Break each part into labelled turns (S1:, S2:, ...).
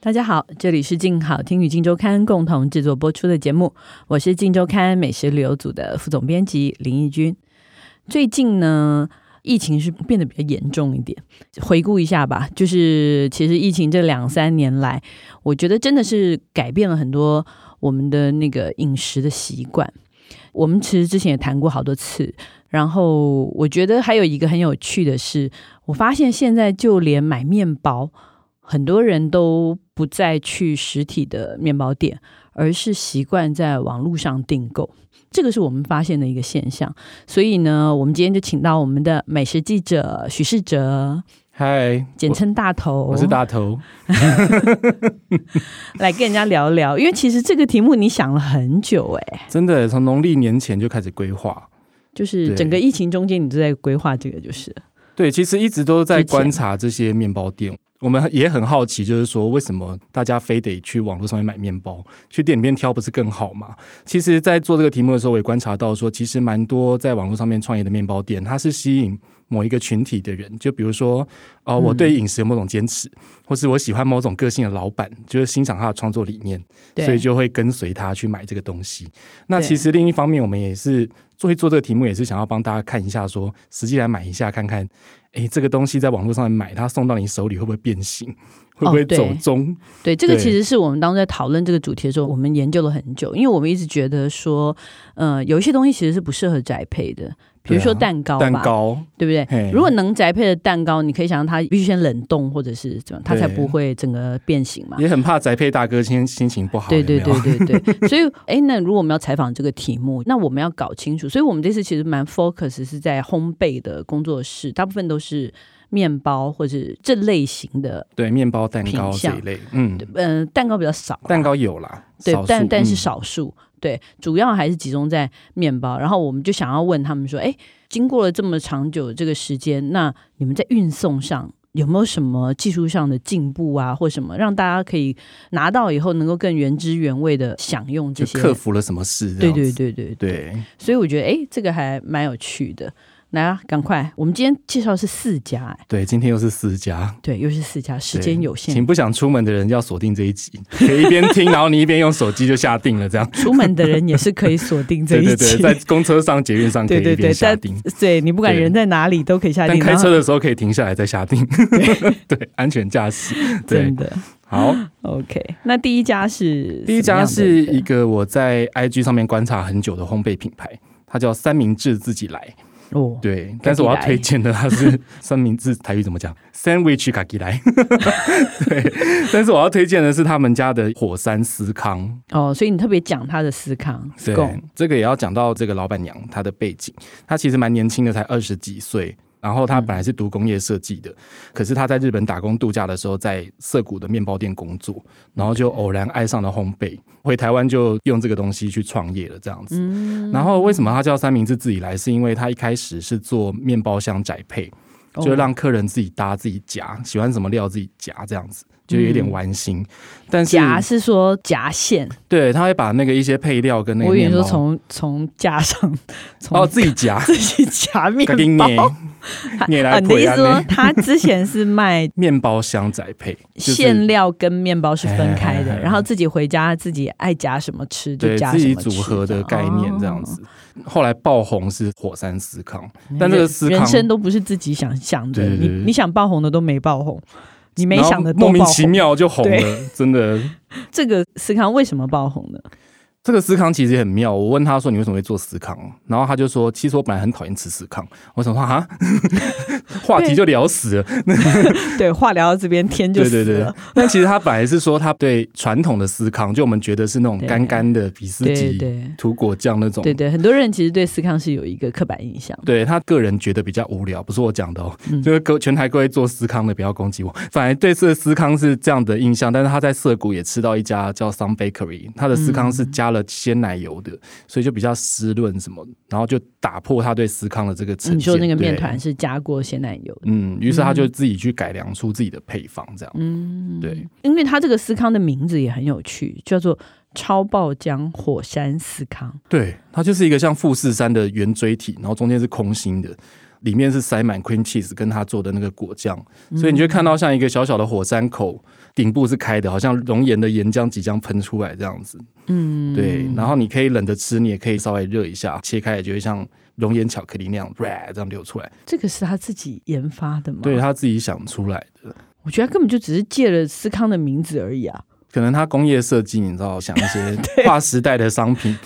S1: 大家好，这里是静好听与静周刊共同制作播出的节目，我是静周刊美食旅游组的副总编辑林义君。最近呢，疫情是变得比较严重一点。回顾一下吧，就是其实疫情这两三年来，我觉得真的是改变了很多我们的那个饮食的习惯。我们其实之前也谈过好多次，然后我觉得还有一个很有趣的是，我发现现在就连买面包，很多人都不再去实体的面包店，而是习惯在网络上订购。这个是我们发现的一个现象，所以呢，我们今天就请到我们的美食记者许世哲，
S2: 嗨，
S1: 简
S2: 我
S1: 称大头，
S2: 我是大头，
S1: 来跟人家聊聊，因为其实这个题目你想了很久哎、
S2: 真的从农历年前就开始规划。
S1: 就是
S2: 对
S1: 整个疫情中间你都在规划这个，就是
S2: 对，其实一直都在
S1: 之前
S2: 观察这些面包店，我们也很好奇，就是说为什么大家非得去网络上面买面包，去店里面挑不是更好吗？其实，在做这个题目的时候，我也观察到说，其实蛮多在网络上面创业的面包店，它是吸引某一个群体的人，就比如说，哦、我
S1: 嗯
S2: 对饮食有某种坚持，或是我喜欢某种个性的老板，就是欣赏他的创作理念，
S1: 对
S2: 所以就会跟随他去买这个东西。那
S1: 对
S2: 其实另一方面，我们也是做一做这个题目，也是想要帮大家看一下说，实际来买一下看看，诶，这个东西在网络上买，它送到你手里会不会变形，
S1: 哦
S2: 会不会
S1: 对
S2: 走钟？
S1: 对这个
S2: 对
S1: 其实是我们当时在讨论这个主题的时候，我们研究了很久，因为我们一直觉得说，呃，有一些东西其实是不适合宅配的，比如说
S2: 对啊
S1: 蛋糕吧，
S2: 蛋糕
S1: 对不对
S2: 嘿？
S1: 如果能宅配的蛋糕，你可以想象它必须先冷冻或者是怎么样，它
S2: 对
S1: 才不会整个变形嘛。
S2: 也很怕宅配大哥今天心情不好，
S1: 对
S2: 有没
S1: 对
S2: 有
S1: 对对 对，所以哎，那如果我们要采访这个题目，那我们要搞清楚。所以我们这次其实蛮 focus 是在烘焙的工作室，大部分都是面包或者这类型的，
S2: 对面包、蛋糕
S1: 品
S2: 这
S1: 相
S2: 一类，嗯，
S1: 嗯、蛋糕比较少，
S2: 蛋糕有啦，
S1: 对
S2: 少，数
S1: 但但是
S2: 嗯
S1: 少数，对，主要还是集中在面包。然后我们就想要问他们说，哎，经过了这么长久的这个时间，那你们在运送上有没有什么技术上的进步啊，或什么让大家可以拿到以后能够更原汁原味的享用这
S2: 就
S1: 些？
S2: 克服了什么事？
S1: 对对对对
S2: 对
S1: 对，所以我觉得哎，这个还蛮有趣的。来啊，赶快！我们今天介绍是四家，哎，
S2: 对，今天又是私家。
S1: 对，又是四家，时
S2: 对
S1: 间有限
S2: 请，不想出门的人要锁定这一集，可以一边听， 然后你一边用手机就下定了，这样。
S1: 出门的人也是可以锁定这
S2: 对
S1: 一
S2: 对
S1: 集。
S2: 对，在公车上、捷运上可以
S1: 对对
S2: 一
S1: 对
S2: 边，下
S1: 但
S2: 定，
S1: 对你不管
S2: 对
S1: 人在哪里都可以下定，
S2: 但开
S1: 然后
S2: 车的时候可以停下来再 下定。对，安全驾驶。对
S1: 真，的
S2: 好，
S1: OK。那第一家是
S2: 第一
S1: 怎么
S2: 家
S1: 样的
S2: 是一个我在 IG 上面观察很久的烘焙品牌，它叫三明治自己来。
S1: 哦，
S2: 对，但是我要推荐的它是 三明治台语怎么讲？sandwich 卡吉来。 对，但是我要推荐的是他们家的火山司康。
S1: 哦，所以你特别讲他的思康
S2: 对
S1: 贡，
S2: 这个也要讲到这个老板娘她的背景，她其实蛮年轻的，才二十几岁。然后她本来是读工业设计
S1: 嗯
S2: 的，可是她在日本打工度假的时候，在涩谷的面包店工作，然后就偶然爱上了烘焙，回台湾就用这个东西去创业了，这样子。
S1: 嗯
S2: 然后为什么她叫三明治自己来？是因为她一开始是做面包箱宅配，
S1: 哦
S2: 就让客人自己搭、自己夹，喜欢什么料自己夹，这样子就有点玩心。但
S1: 嗯
S2: 是
S1: 夹是说夹线，
S2: 对，他会把那个一些配料跟那个
S1: 我以为
S2: 面
S1: 说
S2: 包
S1: 从从架上从
S2: 哦自己夹
S1: ，自己夹面
S2: 赶紧捏
S1: 包。
S2: 捏
S1: 啊
S2: 来
S1: 你的
S2: 配
S1: 意
S2: 啊
S1: 思说
S2: 捏。
S1: 他之前是卖
S2: 面包箱宅配，就是
S1: 馅料跟面包是分开
S2: 哎哎
S1: 的，
S2: 哎
S1: 然后自己回家自己爱夹什么吃就
S2: 对
S1: 夹
S2: 自
S1: 什
S2: 己
S1: 么吃，
S2: 组合的概念这样
S1: 哦
S2: 子。后来爆红是火山司康，
S1: 嗯
S2: 但这个
S1: 人
S2: 思
S1: 人
S2: 康
S1: 生都不是自己想想的，
S2: 对对对
S1: 你你想爆红的都没爆红，你没
S2: 然后
S1: 想的都
S2: 莫名
S1: 爆
S2: 其
S1: 红。
S2: 妙就红
S1: 对
S2: 了，真的。
S1: 这个思康为什么爆红呢？
S2: 这个司康其实也很妙，我问他说你为什么会做司康，然后他就说其实我本来很讨厌吃司康，我想说啊， 话题就聊死了，
S1: 对，话聊到这边天就
S2: 对
S1: 死
S2: 对
S1: 了。
S2: 对。那其实他本来是说他对传统的司康，就我们觉得是那种
S1: 对
S2: 干干的比斯
S1: 对
S2: 吉、
S1: 对
S2: 涂果酱那种，
S1: 对对，很多人其实对思康是有一个刻板印象。
S2: 对他个人觉得比较无聊，不是我讲的哦，
S1: 嗯
S2: 就是各全台各位做思康的不要攻击我，反而对这个思康是这样的印象，但是他在涩谷也吃到一家叫 Sun Bakery，他的思康
S1: 嗯
S2: 是加了鲜奶油的，所以就比较湿润什么，然后就打破他对思康的这个呈现。
S1: 你说那个面
S2: 对
S1: 团，是加过鲜奶油的，
S2: 嗯，于是他就自己去改良出自己的配方，这样，
S1: 嗯，
S2: 对，
S1: 因为它这个司康的名字也很有趣，叫做超爆浆火山司康。
S2: 对，它就是一个像富士山的圆锥体，然后中间是空心的。里面是塞满 cream cheese 跟他做的那个果酱，所以你就会看到像一个小小的火山口，顶部是开的，好像熔岩的岩浆即将喷出来这样子。嗯，对。然后你可以冷着吃，你也可以稍微热一下，切开也就会像熔岩巧克力那样，哇这样流出来。
S1: 这个是他自己研发的吗？
S2: 对，他自己想出来的，
S1: 我觉得他根本就只是借了司康的名字而已啊，
S2: 可能他工业设计，你知道，想一些划时代的商品，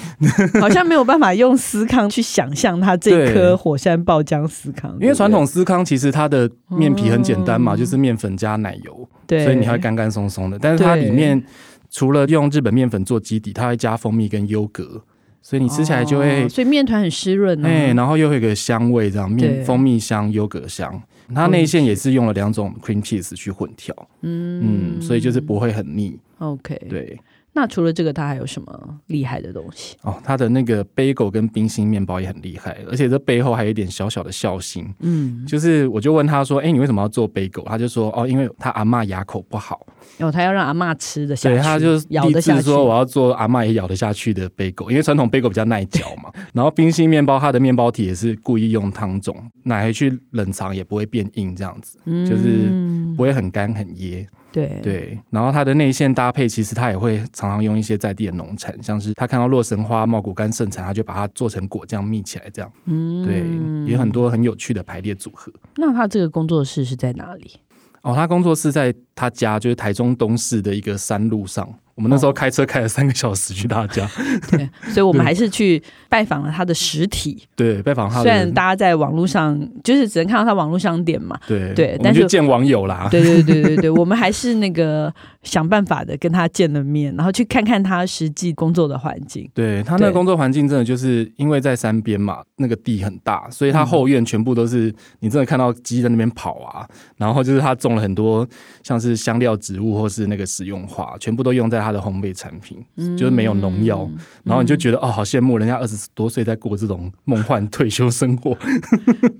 S1: 好像没有办法用司康去想象它这
S2: 对
S1: 颗火山爆浆司康，
S2: 因
S1: 对
S2: 为
S1: 不
S2: 传
S1: 对
S2: 统司康其实它的面皮很简单嘛，就是面粉加奶油。
S1: 对，
S2: 所以你还会干干松松的。但是它里面除了用日本面粉做基底，它会加蜂蜜跟优格，所以你吃起来就会
S1: 哦，所以面团很湿润啊。
S2: 哎、然后又会有一个香味，这样
S1: 对
S2: 面蜂蜜香、优格香。它内馅也是用了两种 cream cheese 去混调，嗯所以就是不会很腻。
S1: OK，，
S2: 对
S1: 那除了这个，它还有什么厉害的东西？
S2: 哦，它的那个 bagel 跟冰心面包也很厉害，而且这背后还有一点小小的孝心。
S1: 嗯，
S2: 就是我就问他说：“哎、你为什么要做 bagel？” 他就说：“哦，因为他阿嬷牙口不好，
S1: 哦，他要让阿嬷吃得下
S2: 对，
S1: 去，
S2: 他就
S1: 咬
S2: 立
S1: 得下
S2: 志
S1: 去。
S2: 说我要做阿嬷也咬得下去的 bagel，因为传统 bagel 比较耐嚼 嘛。然后冰心面包它的面包体也是故意用汤种，拿回去冷藏也不会变硬，这样子就是不会很干很噎。
S1: 嗯对，
S2: 对，然后它的内馅搭配其实它也会常常用一些在地的农产，像是他看到洛神花、茂谷柑盛产，他就把它做成果酱蜜起来这样。嗯，对，也很多很有趣的排列组合。
S1: 那他这个工作室是在哪里？
S2: 哦，他工作室在他家，就是台中东市的一个山路上。我们那时
S1: 哦
S2: 候开车开了三个小时去他家，
S1: 对，所以我们还是去拜访了他的实体。
S2: 对，拜访他的
S1: 虽然
S2: 人
S1: 大家在网络上就是只能看到他网络商店嘛，
S2: 对
S1: 对
S2: 我
S1: 但
S2: 们
S1: 是
S2: 就见网友啦。
S1: 对对对对对，我们还是那个想办法的跟他见了面，然后去看看他实际工作的环境。
S2: 对他那
S1: 对
S2: 个工作环境真的就是因为在山边嘛，那个地很大，所
S1: 嗯
S2: 以他后院全部都是、你真的看到鸡在那边跑啊，然后就是他种了很多像是香料植物或是那个食用花，全部都用在他的烘焙产品，
S1: 嗯
S2: 就是没有农药，然后你就觉得、哦，好羡慕人家二十多岁在过这种梦幻退休生活。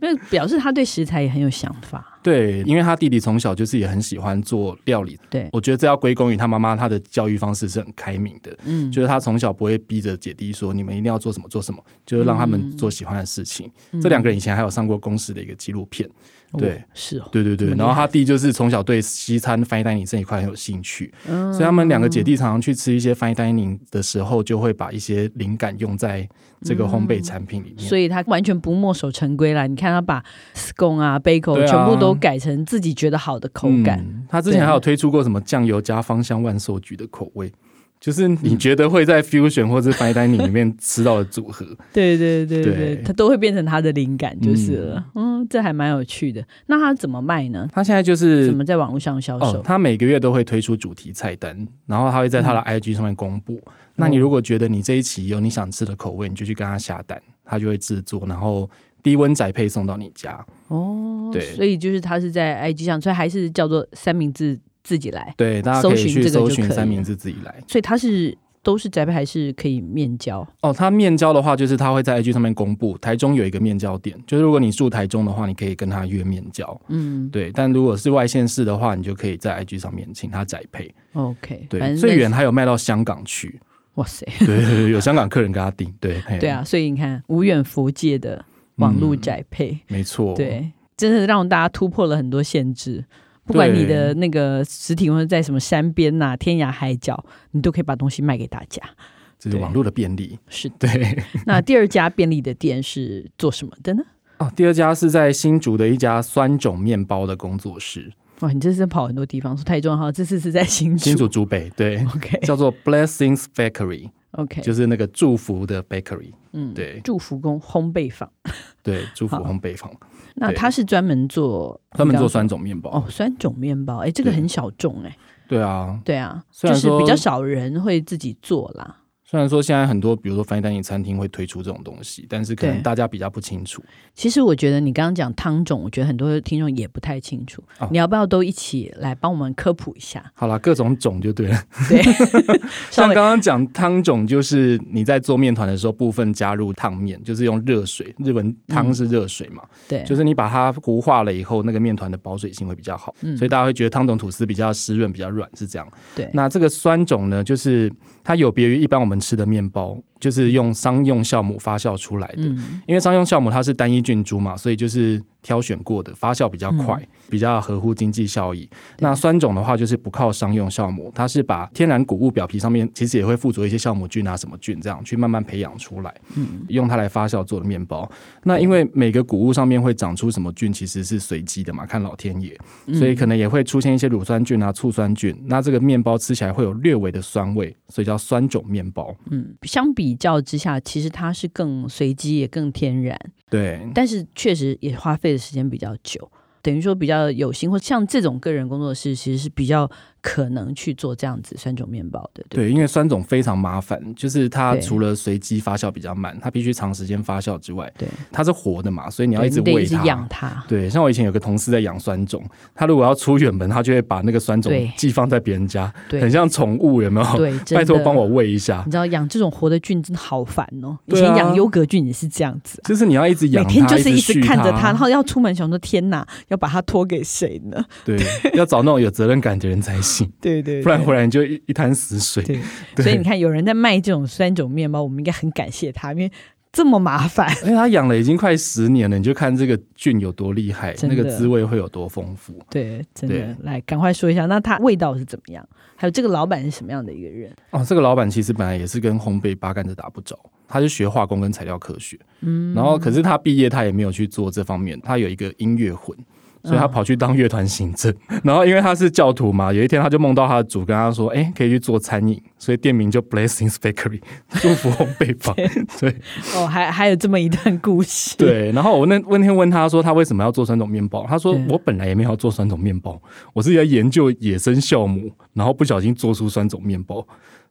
S1: 那表示他对食材也很有想法。
S2: 对，因为他弟弟从小就是也很喜欢做料理，
S1: 对，
S2: 我觉得这要归功于他妈妈，她的教育方式是很开明的，
S1: 嗯，
S2: 就是她从小不会逼着姐弟说你们一定要做什么做什么，就是让他们做喜欢的事情。
S1: 嗯
S2: 这两个人以前还有上过公司的一个纪录片，对
S1: 哦，是哦，
S2: 对对
S1: 这么
S2: 对。
S1: 厉害
S2: 然后他弟就是从小对西餐 fine dining 这一块很有兴趣，
S1: 哦
S2: 所以他们两个姐弟常常去吃一些 fine dining 的时候，就会把一些灵感用在这个烘焙产品里面。
S1: 所以他完全不墨守成规啦。你看他把 scone 啊、bagel
S2: 对啊
S1: 全部都改成自己觉得好的口感。
S2: 嗯他之前还有推出过什么酱油加芳香万寿菊的口味，就是你觉得会在 fusion 或者 fine dining 里面吃到的组合。
S1: 对对对对，
S2: 对
S1: 他都会变成他的灵感就是了。嗯这还蛮有趣的。那他怎么卖呢？
S2: 他现在就
S1: 怎
S2: 是
S1: 么在网络上销售？
S2: 哦，他每个月都会推出主题菜单，然后他会在
S1: 嗯
S2: 他的 IG 上面公布。那
S1: 哦
S2: 你如果觉得你这一期有你想吃的口味，你就去跟他下单，他就会制作，然后低温宅配送到你家。
S1: 哦，
S2: 对
S1: 所以就是他是在 IG 上，所以还是叫做三明治自己来。
S2: 对，大家可
S1: 搜
S2: 以
S1: 寻这
S2: 去
S1: 个
S2: 搜
S1: 就
S2: 寻
S1: 可以
S2: 三明
S1: 了
S2: 治自己来。
S1: 所以他是都是宅配还是可以面交？
S2: 哦，他面交的话，就是他会在 IG 上面公布，台中有一个面交点，就是如果你住台中的话，你可以跟他约面交。
S1: 嗯
S2: 对，但如果是外县市的话，你就可以在 IG 上面请他宅配。
S1: ，OK，反
S2: 对，
S1: 正
S2: 最
S1: 那
S2: 远还有卖到香港去。
S1: 哇塞，
S2: 对对对，有香港客人跟他订。对，嘿
S1: 对，啊，所以你看无远佛界的网络
S2: 嗯
S1: 宅配。
S2: 没错。，
S1: 对，真的让大家突破了很多限制。不管你
S2: 对
S1: 的那个实体或者在什么山边呐、天涯海角，你都可以把东西卖给大家。
S2: 这是
S1: 对
S2: 网络的便利。
S1: 是的。
S2: 对，
S1: 那第二家便利的店是做什么的呢？
S2: 哦，第二家是在新竹的一家酸种面包的工作室，
S1: 哇，你这次跑很多地方，说台中哈，这次是在新竹。
S2: 新竹竹北，对，
S1: OK
S2: 叫做 Blessings Bakery。
S1: OK，
S2: 就是那个祝福的 bakery，
S1: 嗯
S2: 对
S1: 祝福工烘焙坊，
S2: 对，祝福
S1: 好
S2: 烘焙坊，
S1: 那
S2: 对
S1: 它是专门做
S2: 专门做酸
S1: 种
S2: 种面包。
S1: 哦，酸种面包，哎，这个
S2: 对
S1: 很小众哎，
S2: 对啊，
S1: 对啊，
S2: 虽
S1: 就
S2: 然
S1: 是
S2: 说
S1: 比较少人会自己做啦。
S2: 虽然说现在很多，比如说翻译单饮餐厅会推出这种东西，但是可
S1: 对
S2: 能大家比较不清楚。
S1: 其实我觉得你刚刚讲汤种，我觉得很多听众也不太清楚，
S2: 哦
S1: 你要不要都一起来帮我们科普一 下？
S2: 好啦，各种种就对了。
S1: 对， 稍
S2: 像
S1: 微
S2: 刚刚讲汤种，就是你在做面团的时候，部分加入烫面，就是用热水，日文汤是热水嘛，
S1: 对，
S2: 就是你把它糊化了以后，那个面团的保水性会比较好，
S1: 嗯
S2: 所以大家会觉得汤种吐司比较湿润，比较软，是这样。
S1: 对，
S2: 那这个酸种呢，就是它有别于一般我们吃的面包，就是用商用酵母发酵出来的。
S1: 嗯，
S2: 因为商用酵母它是单一菌株嘛，所以就是挑选过的，发酵比较快，
S1: 嗯
S2: 比较合乎经济效益。那酸种的话，就是不靠商用酵母，它是把天然谷物表皮上面其实也会附着一些酵母菌啊、什么菌这样去慢慢培养出来，嗯、用它来发酵做的面包。那因为每个谷物上面会长出什么菌，其实是随机的嘛，看老天爷，
S1: 嗯
S2: 所以可能也会出现一些乳酸菌啊、醋酸菌。那这个面包吃起来会有略微的酸味，所以叫酸种面包。
S1: 嗯，相比较之下，其实它是更随机也更天然，
S2: 对，
S1: 但是确实也花费的时间比较久，等于说比较有心或像这种个人工作室，其实是比较可能去做这样子酸种面包的，对不对
S2: 对，因为酸种非常麻烦，就是它
S1: 对
S2: 除了随机发酵比较慢，它必须长时间发酵之外，
S1: 对，
S2: 它是活的嘛，所以你要一
S1: 对
S2: 直
S1: 你得
S2: 喂
S1: 一直养
S2: 它。
S1: 它，
S2: 对，像我以前有个同事在养酸种，他如果要出远门，他就会把那个酸种
S1: 对
S2: 寄放在别人家，
S1: 对
S2: 很像宠物，有没有？
S1: 对，真
S2: 拜托
S1: 的
S2: 帮我。喂一下
S1: 你。知道养这种活的菌真的好烦哦！以
S2: 对啊
S1: 前养优格菌也是这样子啊、
S2: 就是你要一直
S1: 每
S2: 养它，
S1: 天就是
S2: 一
S1: 直
S2: 续
S1: 看着它，
S2: 它
S1: 然，后要出门想说天哪，要把它托给谁呢？
S2: 对， 要找那种有责任感的人才行，
S1: 对对对，
S2: 不然回来你就一一滩死水。
S1: 对，
S2: 对
S1: 所以你看有人在卖这种酸种面包，我们应该很感谢他，因为这么麻烦。
S2: 而且他哎养了已经快十年了，你就看这个菌有多厉害，
S1: 真
S2: 那
S1: 的
S2: 个滋味会有多丰富。
S1: 对，真
S2: 对
S1: 的，来赶快说一下，那它味道是怎么样？还有这个老板是什么样的一个人？
S2: 哦，这个老板其实本来也是跟烘焙八竿子打不着，他是学化工跟材料科学，嗯，然后可是他毕业他也没有去做这方面，他有一个音乐魂。所以他跑去当乐团行政， 然后因为他是教徒嘛，有一天他就梦到他的主跟他说：“哎、可以去做餐饮。”所以店名就 Blessings Bakery，祝 福烘焙坊。对
S1: 哦，还还有这么一段故事。，
S2: 对，然后我那那天问他说他为什么要做酸种面包，他说
S1: 对
S2: 我本来也没有要做酸种面包，我是在研究野生酵母，然后不小心做出酸种面包。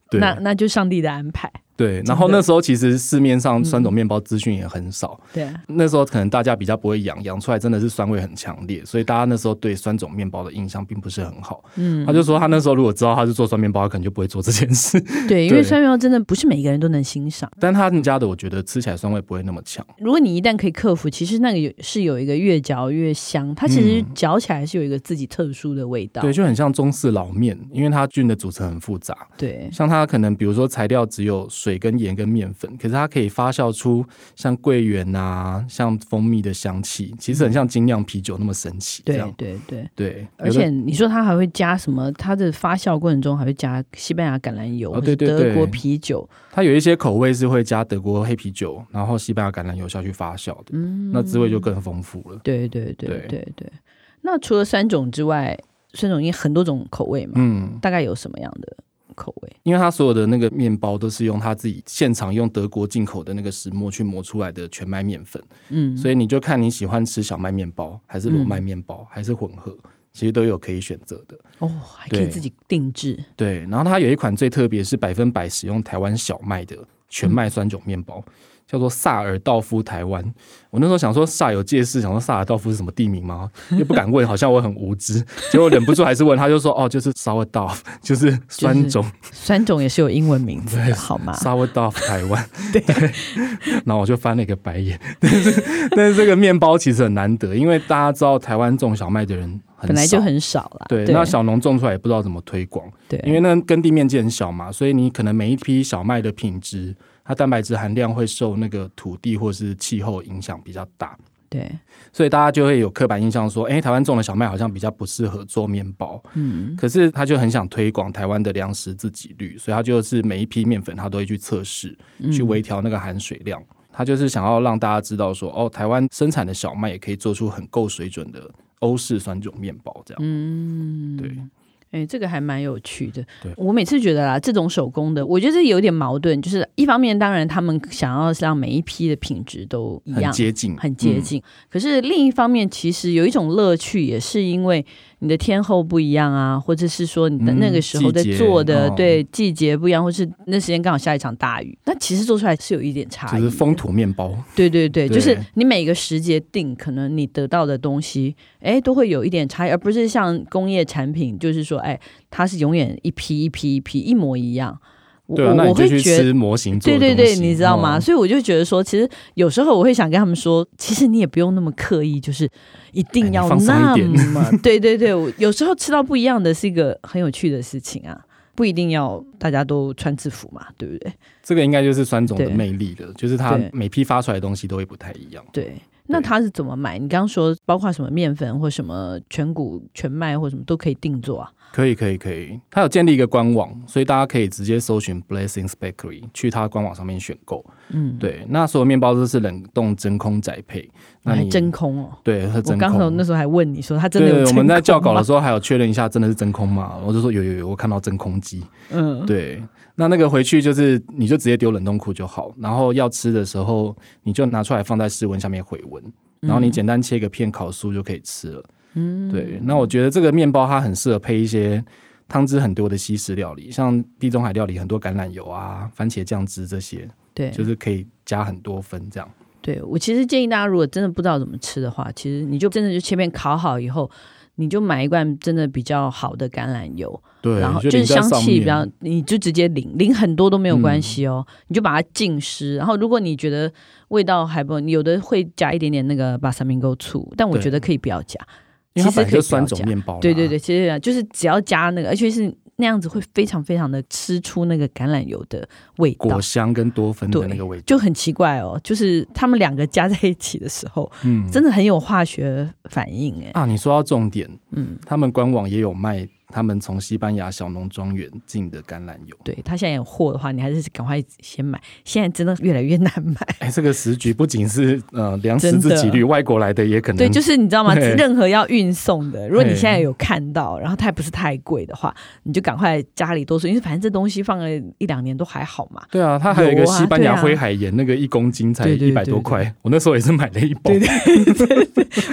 S2: 对，
S1: 那那就上帝的安排。
S2: 对，
S1: 的
S2: 然后那时候其实市面上酸种面包资讯也很少，
S1: 对，啊
S2: 那时候可能大家比较不会养，养出来真的是酸味很强烈，所以大家那时候对酸种面包的印象并不是很好。嗯，他就说他那时候如果知道他是做酸面包，他可能就不会做这件事。
S1: 对，因为
S2: 对
S1: 酸面包真的不是每个人都能欣赏。
S2: 但他们家的我觉得吃起来酸味不会那么强，
S1: 如果你一旦可以克服，其实那个有是有一个越嚼越香，它其实
S2: 嗯
S1: 嚼起来是有一个自己特殊的味道。
S2: 对，就很像中式老面，因为它菌的组成很复杂，
S1: 对
S2: 像它可能比如说材料只有水跟盐跟面粉，可是它可以发酵出像桂圆啊、像蜂蜜的香气，其实很像精酿啤酒那么神奇。这
S1: 对
S2: 样
S1: 对对，
S2: 对，
S1: 而
S2: 有的
S1: 且你说它还会加什么？它的发酵过程中还会加西班牙橄榄油，或
S2: 哦
S1: 是
S2: 对对
S1: 德国
S2: 对
S1: 啤酒，
S2: 它有一些口味是会加德国黑啤酒，然后西班牙橄榄油下去发酵的，那滋味就更丰富了。
S1: 对对对
S2: 对
S1: 对对。那除了酸种之外，酸种也很多种口味嘛，
S2: 嗯，
S1: 大概有什么样的口味？
S2: 因为它所有的那个面包都是用它自己现场用德国进口的那个石磨去磨出来的全麦面粉，
S1: 嗯，
S2: 所以你就看你喜欢吃小麦面包，还是裸麦面包，还是混合，其实都有可以选择的。
S1: 哦，还可以
S2: 对
S1: 自己定制，
S2: 对，然后它有一款最特别是百分百使用台湾小麦的全麦酸种面包，叫做萨尔道夫台湾。我那时候想说煞有介事，想说萨尔道夫是什么地名吗？又不敢问，好像我很无知。结果忍不住还是问，他就说哦，就是 sourdough，就是酸种
S1: 酸种也是有英文名字的，好吗？
S2: sourdough 台湾。对，然后我就翻了一个白眼。但是但是这个面包其实很难得，因为大家知道台湾种小麦的人很
S1: 本来就
S2: 少
S1: 很少啦，
S2: 对，
S1: 对
S2: 那小农种出来也不知道怎么推广。
S1: 对，
S2: 因为那耕地面积很小嘛，所以你可能每一批小麦的品质，它蛋白质含量会受那个土地或是气候影响比较大，
S1: 对，
S2: 所以大家就会有刻板印象说，哎、台湾种的小麦好像比较不适合做面包。嗯，可是他就很想推广台湾的粮食自给率，所以他就是每一批面粉他都会去测试，
S1: 嗯
S2: 去微调那个含水量。他就是想要让大家知道说，哦，台湾生产的小麦也可以做出很够水准的欧式酸种面包，这样。嗯，对。
S1: 哎，这个还蛮有趣的
S2: 对。
S1: 我每次觉得啦，这种手工的，我觉得这有点矛盾，就是一方面当然他们想要让每一批的品质都一
S2: 很
S1: 样，
S2: 接嗯近，
S1: 很接近。可是另一方面，其实有一种乐趣，也是因为你的天候不一样啊，或者是说你的
S2: 嗯
S1: 那个时候在
S2: 季节
S1: 做的、
S2: 哦
S1: 对季节不一样，或是那时间刚好下一场大雨，那其实做出来是有一点差
S2: 嗯，
S1: 异。
S2: 就是风。土面包。
S1: 对对对，
S2: 对
S1: 就是你每个时节定，可能你得到的东西，哎，都会有一点差异，而不是像工业产品，就是说，哎，它是永远一批一批一批一模一样。我
S2: 对啊，那
S1: 我
S2: 你
S1: 我
S2: 就
S1: 会
S2: 去
S1: 觉得
S2: 吃模型做
S1: 对对
S2: 的东西。
S1: 对，你知道吗？
S2: 哦
S1: 所以我就觉得说，其实有时候我会想跟他们说，其实你也不用那么刻意，就是一
S2: 哎
S1: 定
S2: 你
S1: 要
S2: 放松一
S1: 那
S2: 点
S1: 么。 对对对，我有时候吃到不一样的是一个很有趣的事情啊，不一定要大家都穿制服嘛，对不对？
S2: 这个应该就是酸种的
S1: 对
S2: 魅力了，就是它
S1: 对
S2: 每批发出来的东西都会不太一样。
S1: 对。那他是怎么买？你刚刚说包括什么面粉或什么全谷全麦或什么都可以定做啊？
S2: 可以，可以，可以。它有建立一个官网，所以大家可以直接搜寻 Blessings Bakery 去它官网上面选购。
S1: 嗯，，
S2: 对，那所有面包都是冷冻真空宅配。那
S1: 还
S2: 你
S1: 真空哦。
S2: 对，它
S1: 我
S2: 真
S1: 刚才那
S2: 空。
S1: 时候还问你说他真的有
S2: 对，
S1: 真
S2: 我
S1: 空
S2: 们在校稿的
S1: 吗
S2: 时候还有确认一下，真的是真空吗？我就说有有有，我看到真空机。
S1: 嗯，
S2: 对，那那个回去就是你就直接丢冷冻库就好，然后要吃的时候你就拿出来放在室温下面回温，
S1: 嗯
S2: 然后你简单切个片烤酥就可以吃了。嗯，对，那我觉得这个面包它很适合配一些汤汁很多的西式料理，像地中海料理很多橄榄油啊、番茄酱汁这些，
S1: 对，
S2: 就是可以加很多分这样。
S1: 对我其实建议大家，如果真的不知道怎么吃的话，其实你就真的就切片烤好以后，你就买一罐真的比较好的橄榄油，
S2: 对，
S1: 然后
S2: 就
S1: 就是
S2: 淋在
S1: 香
S2: 上
S1: 气比
S2: 面嗯
S1: 较，你就直接淋，淋很多都没有关系哦，你就把它浸湿。然后如果你觉得味道还不，有的会加一点点那个巴萨米勾醋，但我
S2: 对
S1: 觉得可以不要加。
S2: 因为
S1: 其实
S2: 它本来
S1: 可以
S2: 就
S1: 不
S2: 酸
S1: 要
S2: 种
S1: 加
S2: 面包啦。
S1: 对对对，其实啊就是只要加那个，而且是那样子会非常非常的吃出那个橄榄油的味道
S2: 果。香跟多酚的
S1: 对
S2: 那个味道，
S1: 就很奇怪哦，就是他们两个加在一起的时候，
S2: 嗯，
S1: 真的很有化学反应哎、
S2: 啊，你说到重点，
S1: 嗯，
S2: 他们官网也有卖他们从西班牙小农庄园进的橄榄油。
S1: 对他现在有货的话，你还是赶快先买。现在真的越来越难买，
S2: 哎，这个时局不仅是呃粮食
S1: 真的
S2: 自给率，外国来的也可能
S1: 对，就是你知道吗？
S2: 对
S1: 任何要运送的，如果你
S2: 对
S1: 现在有看到，然后它也不是太贵的话，你就赶快家里多存，因为反正这东西放了一两年都还好嘛。
S2: 对啊，它还有一个
S1: 有啊
S2: 西班牙
S1: 对啊
S2: 灰海盐，那个一公斤才
S1: 对啊对
S2: 一
S1: 对
S2: 百多
S1: 对
S2: 块，我那时候也是买了一包，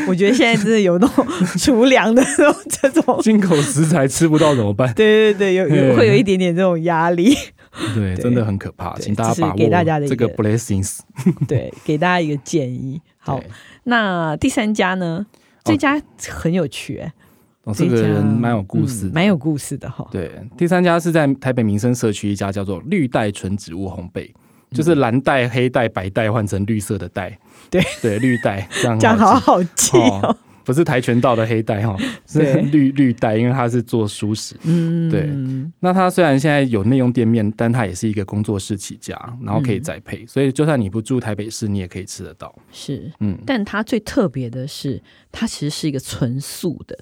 S1: 我觉得现在真的有那 种厨粮的那种这种，？
S2: 进口食材吃不到怎么办
S1: 对对对，有有
S2: 对
S1: 会有一点点这种压 力。
S2: 对，真的很可怕，
S1: 对
S2: 请大
S1: 这是
S2: 家把
S1: 给大家的
S2: 握
S1: 一
S2: 这个
S1: 个
S2: blessings。
S1: 对，给大家一个建议。好
S2: 对，，
S1: 那第三家呢？这家很有趣、欸，
S2: 哦这个人蛮有故事
S1: 嗯
S2: 的。
S1: 蛮有故事的哈。
S2: 对，第三家是在台北民生社区一家叫做绿带纯植物烘焙，就是蓝带、黑带、白带换成绿色的带，
S1: 对
S2: 对，绿带这样
S1: 讲
S2: 好
S1: 好
S2: 记
S1: 好记哦
S2: 哦。不是跆拳道的黑带哈，是
S1: 对
S2: 绿绿带，因为它是做熟食。
S1: 嗯，
S2: 对那它虽然现在有内用店面，但它也是一个工作室起家，然后
S1: 嗯
S2: 可以再配，所以就算你不住台北市，你也可以吃得到。
S1: 是。
S2: 嗯，
S1: 但它最特别的是，它其实是一个纯素的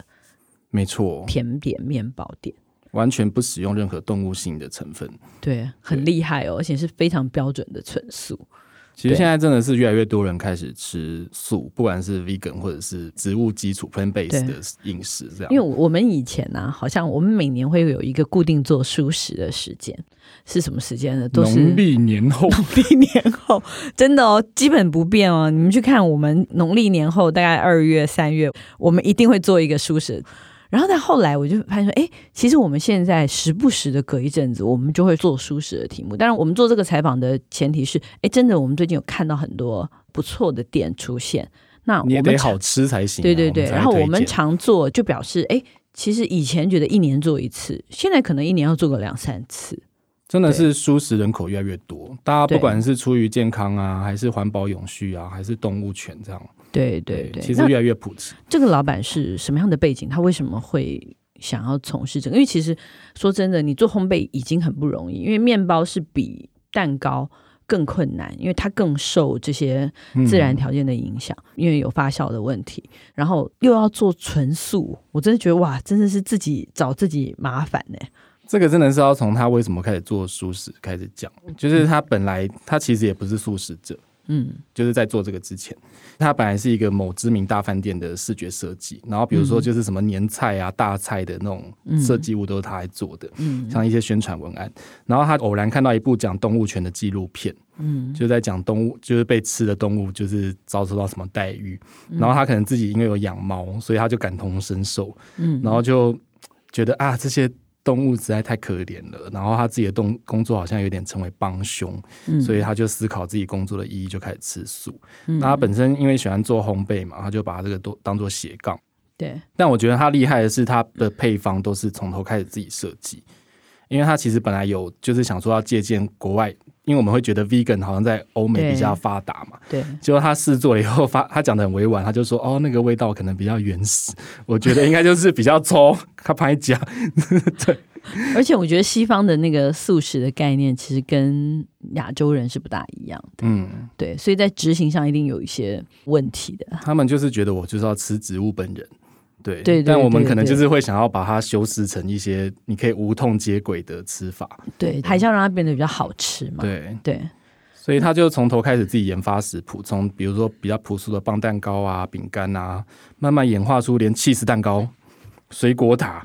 S2: 没错，
S1: 甜点面包店，
S2: 完全不使用任何动物性的成分。
S1: 对，很厉害哦，而且是非常标准的纯素。
S2: 其实
S1: 对
S2: 现在真的是越来越多人开始吃素，不管是 vegan 或者是植物基础 plant
S1: 对
S2: base 的饮食这样。
S1: 因为我们以前呢、好像我们每年会有一个固定做素食的时间，是什么时间呢？都是
S2: 农历 年后，
S1: 历年后，真的哦，基本不变哦。你们去看我们农历年后，大概二月、三月，我们一定会做一个舒适。然后但后来我就发现说，哎，其实我们现在时不时的隔一阵子，我们就会做舒适的题目。当然，我们做这个采访的前提是，哎，真的，我们最近有看到很多不错的店出现。那我
S2: 你也
S1: 们
S2: 得
S1: 常
S2: 好吃才行啊、
S1: 对对对，
S2: 我才会
S1: 然后我
S2: 推
S1: 们
S2: 荐
S1: 常做，就表示，哎，其实以前觉得一年做一次，现在可能一年要做个两三次。
S2: 真的
S1: 对
S2: 是素食人口越来越多，大家
S1: 对
S2: 不管是出于健康啊，还是环保永续啊，还是动物权这样，
S1: 对对对，
S2: 其
S1: 那
S2: 实越来越普及。
S1: 这个老板是什么样的背景？他为什么会想要从事这个？因为其实说真的，你做烘焙已经很不容易，因为面包是比蛋糕更困难，因为它更受这些自然条件的影响，因为有发酵的问题，然后又要做纯素，我真的觉得哇，真的是自己找自己麻烦呢、
S2: 这个真的是要从他为什么开始做素食开始讲，就是他本来他其实也不是素食者，
S1: 嗯
S2: 就是在做这个之前，它本来是一个某知名大饭店的视觉设计，然后比如
S1: 嗯
S2: 说就是什么年菜啊、大菜的那种设计物都是他来做的，
S1: 嗯
S2: 像一些宣传文案。然后他偶然看到一部讲动物权的纪录片，
S1: 嗯
S2: 就在讲动物，就是被吃的动物就是遭受到什么待遇。
S1: 嗯
S2: 然后他可能自己因为有养猫，所以他就感同身受，
S1: 嗯
S2: 然后就觉得啊这些。动物实在太可怜了，然后他自己的动工作好像有点成为帮凶，
S1: 嗯
S2: 所
S1: 以
S2: 以他就思考自己工作的意义，就开始吃素。那他本身因为喜欢做烘焙嘛，他就把这个都当做斜杠。
S1: 对，
S2: 但我觉得他厉害的是，他的配方都是从头开始自己设计，因为他其实本来有就是想说要借鉴国外，因为我们会觉得 vegan 好像在欧美比较发达嘛。
S1: 对，
S2: 结果他试做了以后发， 他讲的很委婉，他就说：“哦，那个味道可能比较原始，我觉得应该就是比较粗。”他拍讲，
S1: 而且我觉得西方的那个素食的概念其实跟亚洲人是不大一样的，
S2: 嗯，
S1: 对，所以在执行上一定有一些问题的。
S2: 他们就是觉得我就是要吃植物本人，对，
S1: 对对
S2: 但我们
S1: 对
S2: 可能
S1: 对
S2: 就是会想要把它修饰成一些你可以无痛接轨的吃法，
S1: 对，还是要让它变得比较好吃嘛。
S2: 对，
S1: 对
S2: 所以他就从头开始自己研发食谱，从比如说比较朴素的棒蛋糕啊、饼干啊，慢慢演化出连 cheese 蛋糕、水果塔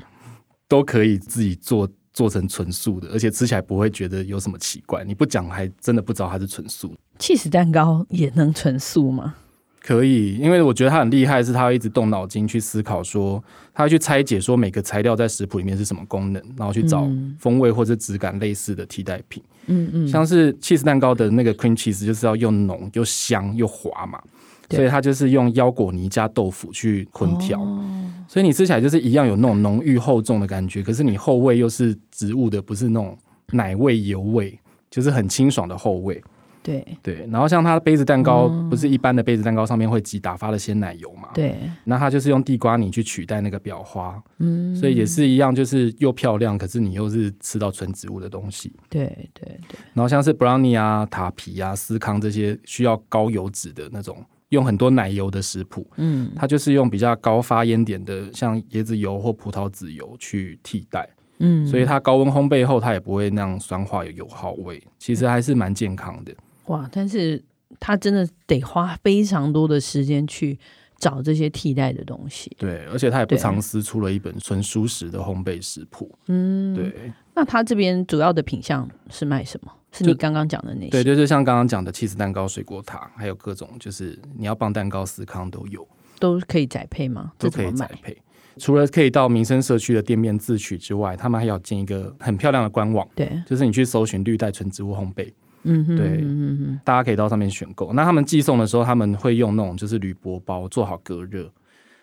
S2: 都可以自己做。做成纯素的，而且吃起来不会觉得有什么奇怪。你不讲，还真的不知道它是纯素的。
S1: ，cheese 蛋糕也能纯素吗？
S2: 可以，因为我觉得他很厉害，是他会一直动脑筋去思考说，他会去拆解说每个材料在食谱里面是什么功能，然后去找风味或者质感类似的替代品。
S1: 嗯嗯，
S2: 像是 cheese 蛋糕的那个 cream cheese 就是要又浓又香又滑嘛，
S1: 对
S2: 所以它就是用腰果泥加豆腐去混调，
S1: 哦
S2: 所以你吃起来就是一样有那种浓郁厚重的感觉，可是你后味又是植物的，不是那种奶味油味，就是很清爽的后味。
S1: 对
S2: 对，然后像它杯子蛋糕，不是一般的杯子蛋糕上面会挤打发的鲜奶油嘛？，
S1: 哦对，
S2: 那它就是用地瓜泥去取代那个裱花，
S1: 嗯，
S2: 所以也是一样，就是又漂亮，可是你又是吃到纯植物的东西。
S1: 对对对，
S2: 然后像是 brownie 啊、塔皮啊、司康这些需要高油脂的那种，用很多奶油的食谱，
S1: 嗯
S2: 它就是用比较高发烟点的，像椰子油或葡萄籽油去替代，
S1: 嗯，
S2: 所以它高温烘焙后，它也不会那样酸化有油耗味，其实还是蛮健康的。
S1: 哇，但是他真的得花非常多的时间去找这些替代的东西。
S2: 对，而且他也不
S1: 对
S2: 藏私，出了一本纯素食的烘焙食谱。
S1: 嗯，
S2: 对
S1: 那他这边主要的品相是卖什么？是
S2: 就
S1: 你刚刚讲的那些？
S2: 对，就是像刚刚讲的 cheese 蛋糕、水果塔，还有各种就是你要棒蛋糕、司康都有，
S1: 都可以宅配吗？
S2: 都
S1: 这怎
S2: 可
S1: 么
S2: 以
S1: 买
S2: 宅配。除了可以到民生社区的店面自取之外，他们还有建一个很漂亮的官网，
S1: 对，
S2: 就是你去搜寻绿带纯植物烘焙，
S1: 嗯哼，
S2: 对
S1: 嗯哼，
S2: 大家可以到上面选购。那他们寄送的时候，他们会用那种就是铝箔包做好隔热。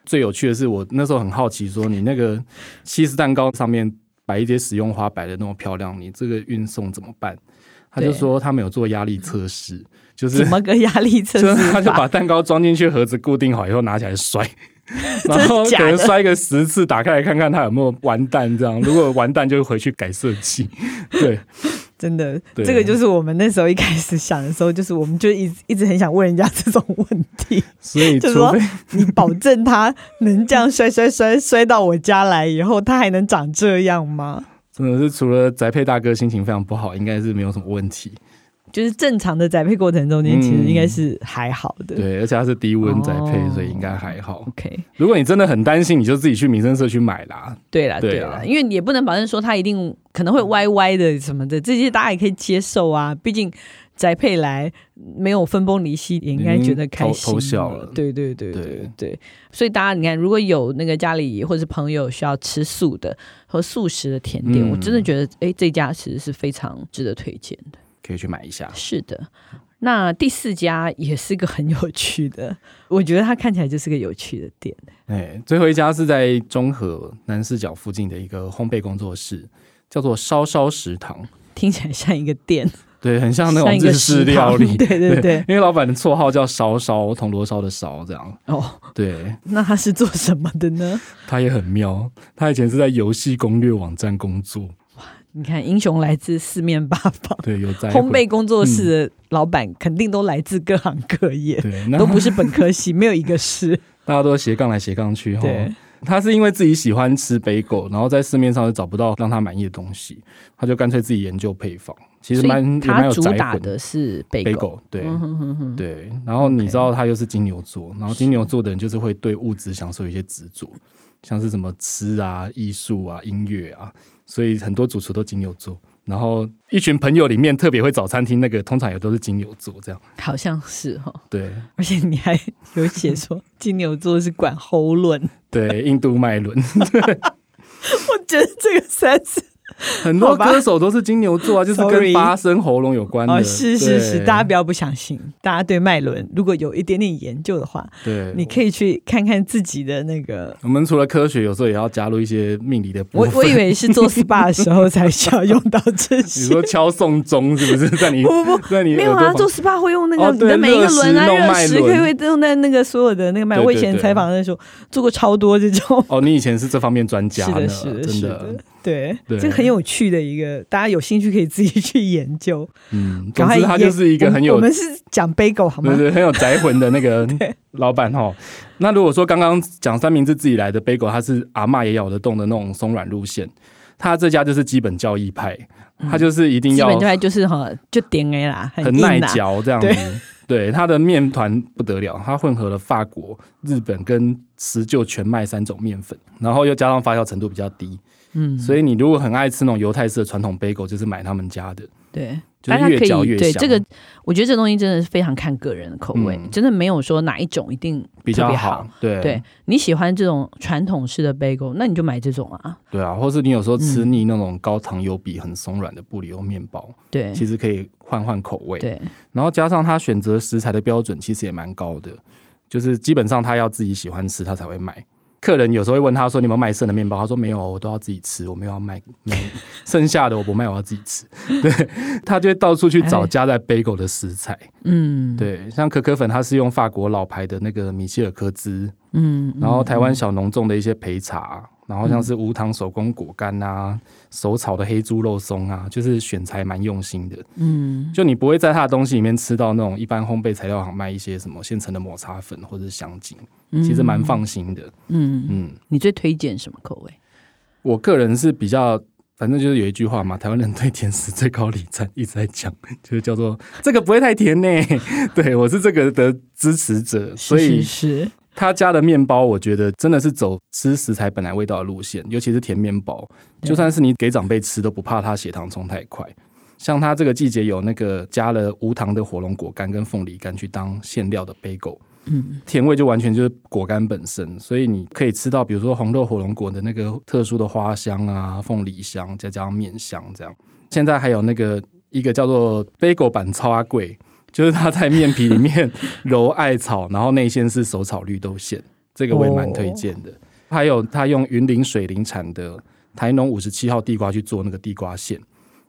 S2: 最有趣的是，我那时候很好奇，说你那个起司蛋糕上面摆一些食用花，摆的那么漂亮，你这个运送怎么办？他就
S1: 对
S2: 说他们有做压力测试， 就是
S1: 怎么个压力测
S2: 就是
S1: 试
S2: 他 就
S1: 法？
S2: 把蛋糕装进去盒子固定好以后拿起 来摔，然后
S1: 假
S2: 可
S1: 的
S2: 能摔个十次，打开来看看它有没有完蛋这样。如果完蛋，就回去改设计。对，
S3: 真的，
S2: 对
S3: 这个就是我们那时候一开始想的时候，就是我们就一直一直很想问人家这种问题，
S2: 所以
S3: 就是
S2: 除
S3: 说
S2: 非
S3: 你保证他能这样摔摔摔摔到我家来以后，他还能长这样吗？
S2: 真的是除了宅配大哥心情非常不好，应该是没有什么问题。
S3: 就是正常的宅配过程中间，
S2: 嗯
S3: 其实应该是还好的。
S2: 对，而且它是低温宅配，
S1: 哦
S2: 所以应该还好。
S1: OK，
S2: 如果你真的很担心，你就自己去民生社区买啦。
S1: 对了
S2: 对
S1: 对
S2: 啊
S1: 了，因为你也不能保证说他一定可能会歪歪的什么的，这些大家也可以接受啊。毕竟宅配来没有分崩离析，也应该觉得开
S2: 已经偷偷
S1: 心
S2: 笑了
S1: 对对对
S2: 对
S1: 对对所以大家你看，如果有那个家里或是朋友需要吃素的和素食的甜点，
S2: 嗯
S1: 我真的觉得哎，这家其实是非常值得推荐的。
S2: 可以去买一下，
S1: 是的。那第四家也是个很有趣的， 我觉得它看起来就是个有趣的店。
S2: 哎，最后一家是在中和南四角附近的一个烘焙工作室，叫做烧烧食堂，
S1: 听起来像一个店，
S2: 对，很像那
S1: 像
S2: 种
S1: 一个
S2: 日式
S1: 食堂
S2: 料理，
S3: 对对对，
S2: 因为老板的绰号叫“烧烧”，铜锣烧的“烧”这样。
S1: 哦，
S2: 对，
S3: 那他是做什么的呢？
S2: 他也很妙。他以前是在游戏攻略网站工作，
S1: 你看英雄来自四面八方，
S2: 对，有在
S1: 烘焙。工作室的老板肯定都来自各行各业，
S2: 对，那
S3: 都不是本科系，没有一个是。
S2: 大家都斜杠来斜杠去哈
S3: 对。
S2: 他是因为自己喜欢吃北狗，然后在市面上又找不到让他满意的东西，他就干脆自己研究配方， 其实
S1: 所以
S2: 蛮也蛮
S1: 它
S2: 有
S1: 主
S2: 宅
S1: 打
S2: 魂
S1: 的是
S2: 北
S1: 北
S2: 狗，对、
S1: 嗯哼哼哼，
S2: 对。然后你
S1: OK
S2: 知道他又是金牛座，然后金牛座的人就是会对物质享受有一些执着，像是什么吃啊、艺术啊、音乐啊，所以很多主厨都金牛座。然后一群朋友里面特别会找餐厅那个，通常也都是金牛座这样。
S1: 好像是哦。
S2: 对
S3: 而且你还有写说 金牛座是管喉咙，
S2: 对，印度脉轮，
S3: 我觉得这个三次
S2: 很多
S3: 好吧
S2: 歌手都是金牛座 啊，就是
S3: Sorry
S2: 跟发声喉咙有关的。
S3: 哦，是是是，
S2: 对
S3: 大家不要不相信，大家对脉轮如果有一点点研究的话，
S2: 对，
S3: 你可以去看看自己的那个。
S2: 我们除了科学，有时候也要加入一些命理的部
S3: 我
S2: 分。
S3: 我以为是做 SPA 的时候才需要用到这
S2: 你
S3: 些
S2: 说，敲送钟是不 是在你
S3: 不不
S2: 在你
S1: 没有
S2: 耳朵
S1: 啊，
S2: 旁
S1: 做 SPA 会用那个
S2: 哦
S1: 你的
S2: 对
S1: 每一个
S2: 热
S1: 轮啊，
S2: 石弄
S1: 热
S2: 脉
S1: 石可
S2: 轮
S1: 以会用在那个所有的那个脉。
S2: 对
S3: 我以
S2: 对
S3: 前
S2: 对
S3: 采访的时候做过超多这种。
S2: 哦，你以前是这方面专家
S3: 是
S2: 呢
S3: 的，是的，
S2: 真
S3: 是
S2: 的
S3: 的，，对，
S2: 对
S3: 这个很有趣的一个，大家有兴趣可以自己去研究。
S2: 嗯，
S3: 赶
S2: 总
S3: 快
S2: 之他
S3: 也
S2: 就是一个
S3: 我们
S2: 很有
S3: 我们是讲 bagel 好吗
S2: 对？对很有宅魂的 那个老板哈。那如果说刚刚讲三明治自己来的 bagel，它是阿嬷也咬得动的那种松软路线，他这家就是基本教义派，他就是一定
S1: 基
S2: 要
S1: 本就还就是哈，就点 A 啦，
S2: 很
S3: 啊
S1: 硬啊
S2: 耐
S1: 啦。
S2: 嚼这样子。 对，它的面团不得了，它混合了法国、日本跟石臼全麦三种面粉，然后又加上发酵程度比较低，
S1: 嗯，
S2: 所以你如果很爱吃那种犹太式的传统 bagel，就是买他们家的，
S1: 对，
S2: 就是
S1: 大家
S2: 越
S1: 可以
S2: 嚼越
S1: 对
S2: 香
S1: 这个，我觉得这东西真的是非常看个人的口味，
S2: 嗯
S1: 真的没有说哪一种一定
S2: 比
S1: 特
S2: 较
S1: 别
S2: 好。对
S1: 对你喜欢这种传统式的 bagel，那你就买这种啊。
S2: 对啊，或是你有时候吃
S1: 嗯
S2: 腻那种高糖油比很松软的布里欧面包，
S1: 对
S2: 其实可以换换口味。
S1: 对，
S2: 然后加上他选择食材的标准其实也蛮高的，就是基本上他要自己喜欢吃，他才会买。客人有时候会问他说：“你有没有卖剩的面包？”他说：“没有，我都要自己吃，我没有要卖，没有剩下的我不卖，我要自己吃。” 对，他就会到处去找
S1: 哎
S2: 加在 bagel 的食材。
S1: 嗯，
S2: 对，像可可粉，它是用法国老牌的那个米歇尔科兹，
S1: 嗯，嗯，
S2: 然后台湾小农种的一些焙茶，然后像是无糖手工果干啊，手炒的黑猪肉松啊，就是选材蛮用心的。
S1: 嗯，
S2: 就你不会在它的东西里面吃到那种一般烘焙材料行卖一些什么现成的抹茶粉或者是香精，其实蛮放心的。
S1: 嗯，嗯，
S2: 嗯，
S1: 你最推荐什么口味？
S2: 我个人是比较。反正就是有一句话嘛，台湾人对甜食最高礼赞，一直在讲， 就是叫做这个不会太甜呢、 对我是这个的支持者，所
S3: 是
S2: 以
S3: 是是，
S2: 他家的面包，我觉得真的是走吃食材本来味道的路线，尤其是甜面包，
S1: 对
S2: 就算是你给长辈吃，都不怕他血糖冲太快。像他这个季节有那个加了无糖的火龙果干跟凤梨干去当馅料的 bagel，
S1: 嗯，
S2: 甜味就完全就是果干本身，所以你可以吃到比如说红豆火龙果的那个特殊的花香啊、凤梨香，再加上面香这样。现在还有那个一个叫做 bagel 版超阿贵，就是它在面皮里面 揉艾草，然后内馅是手炒绿豆馅，这个我也蛮推荐的。还有他用云林水林产的台农五十七号地瓜去做那个地瓜馅。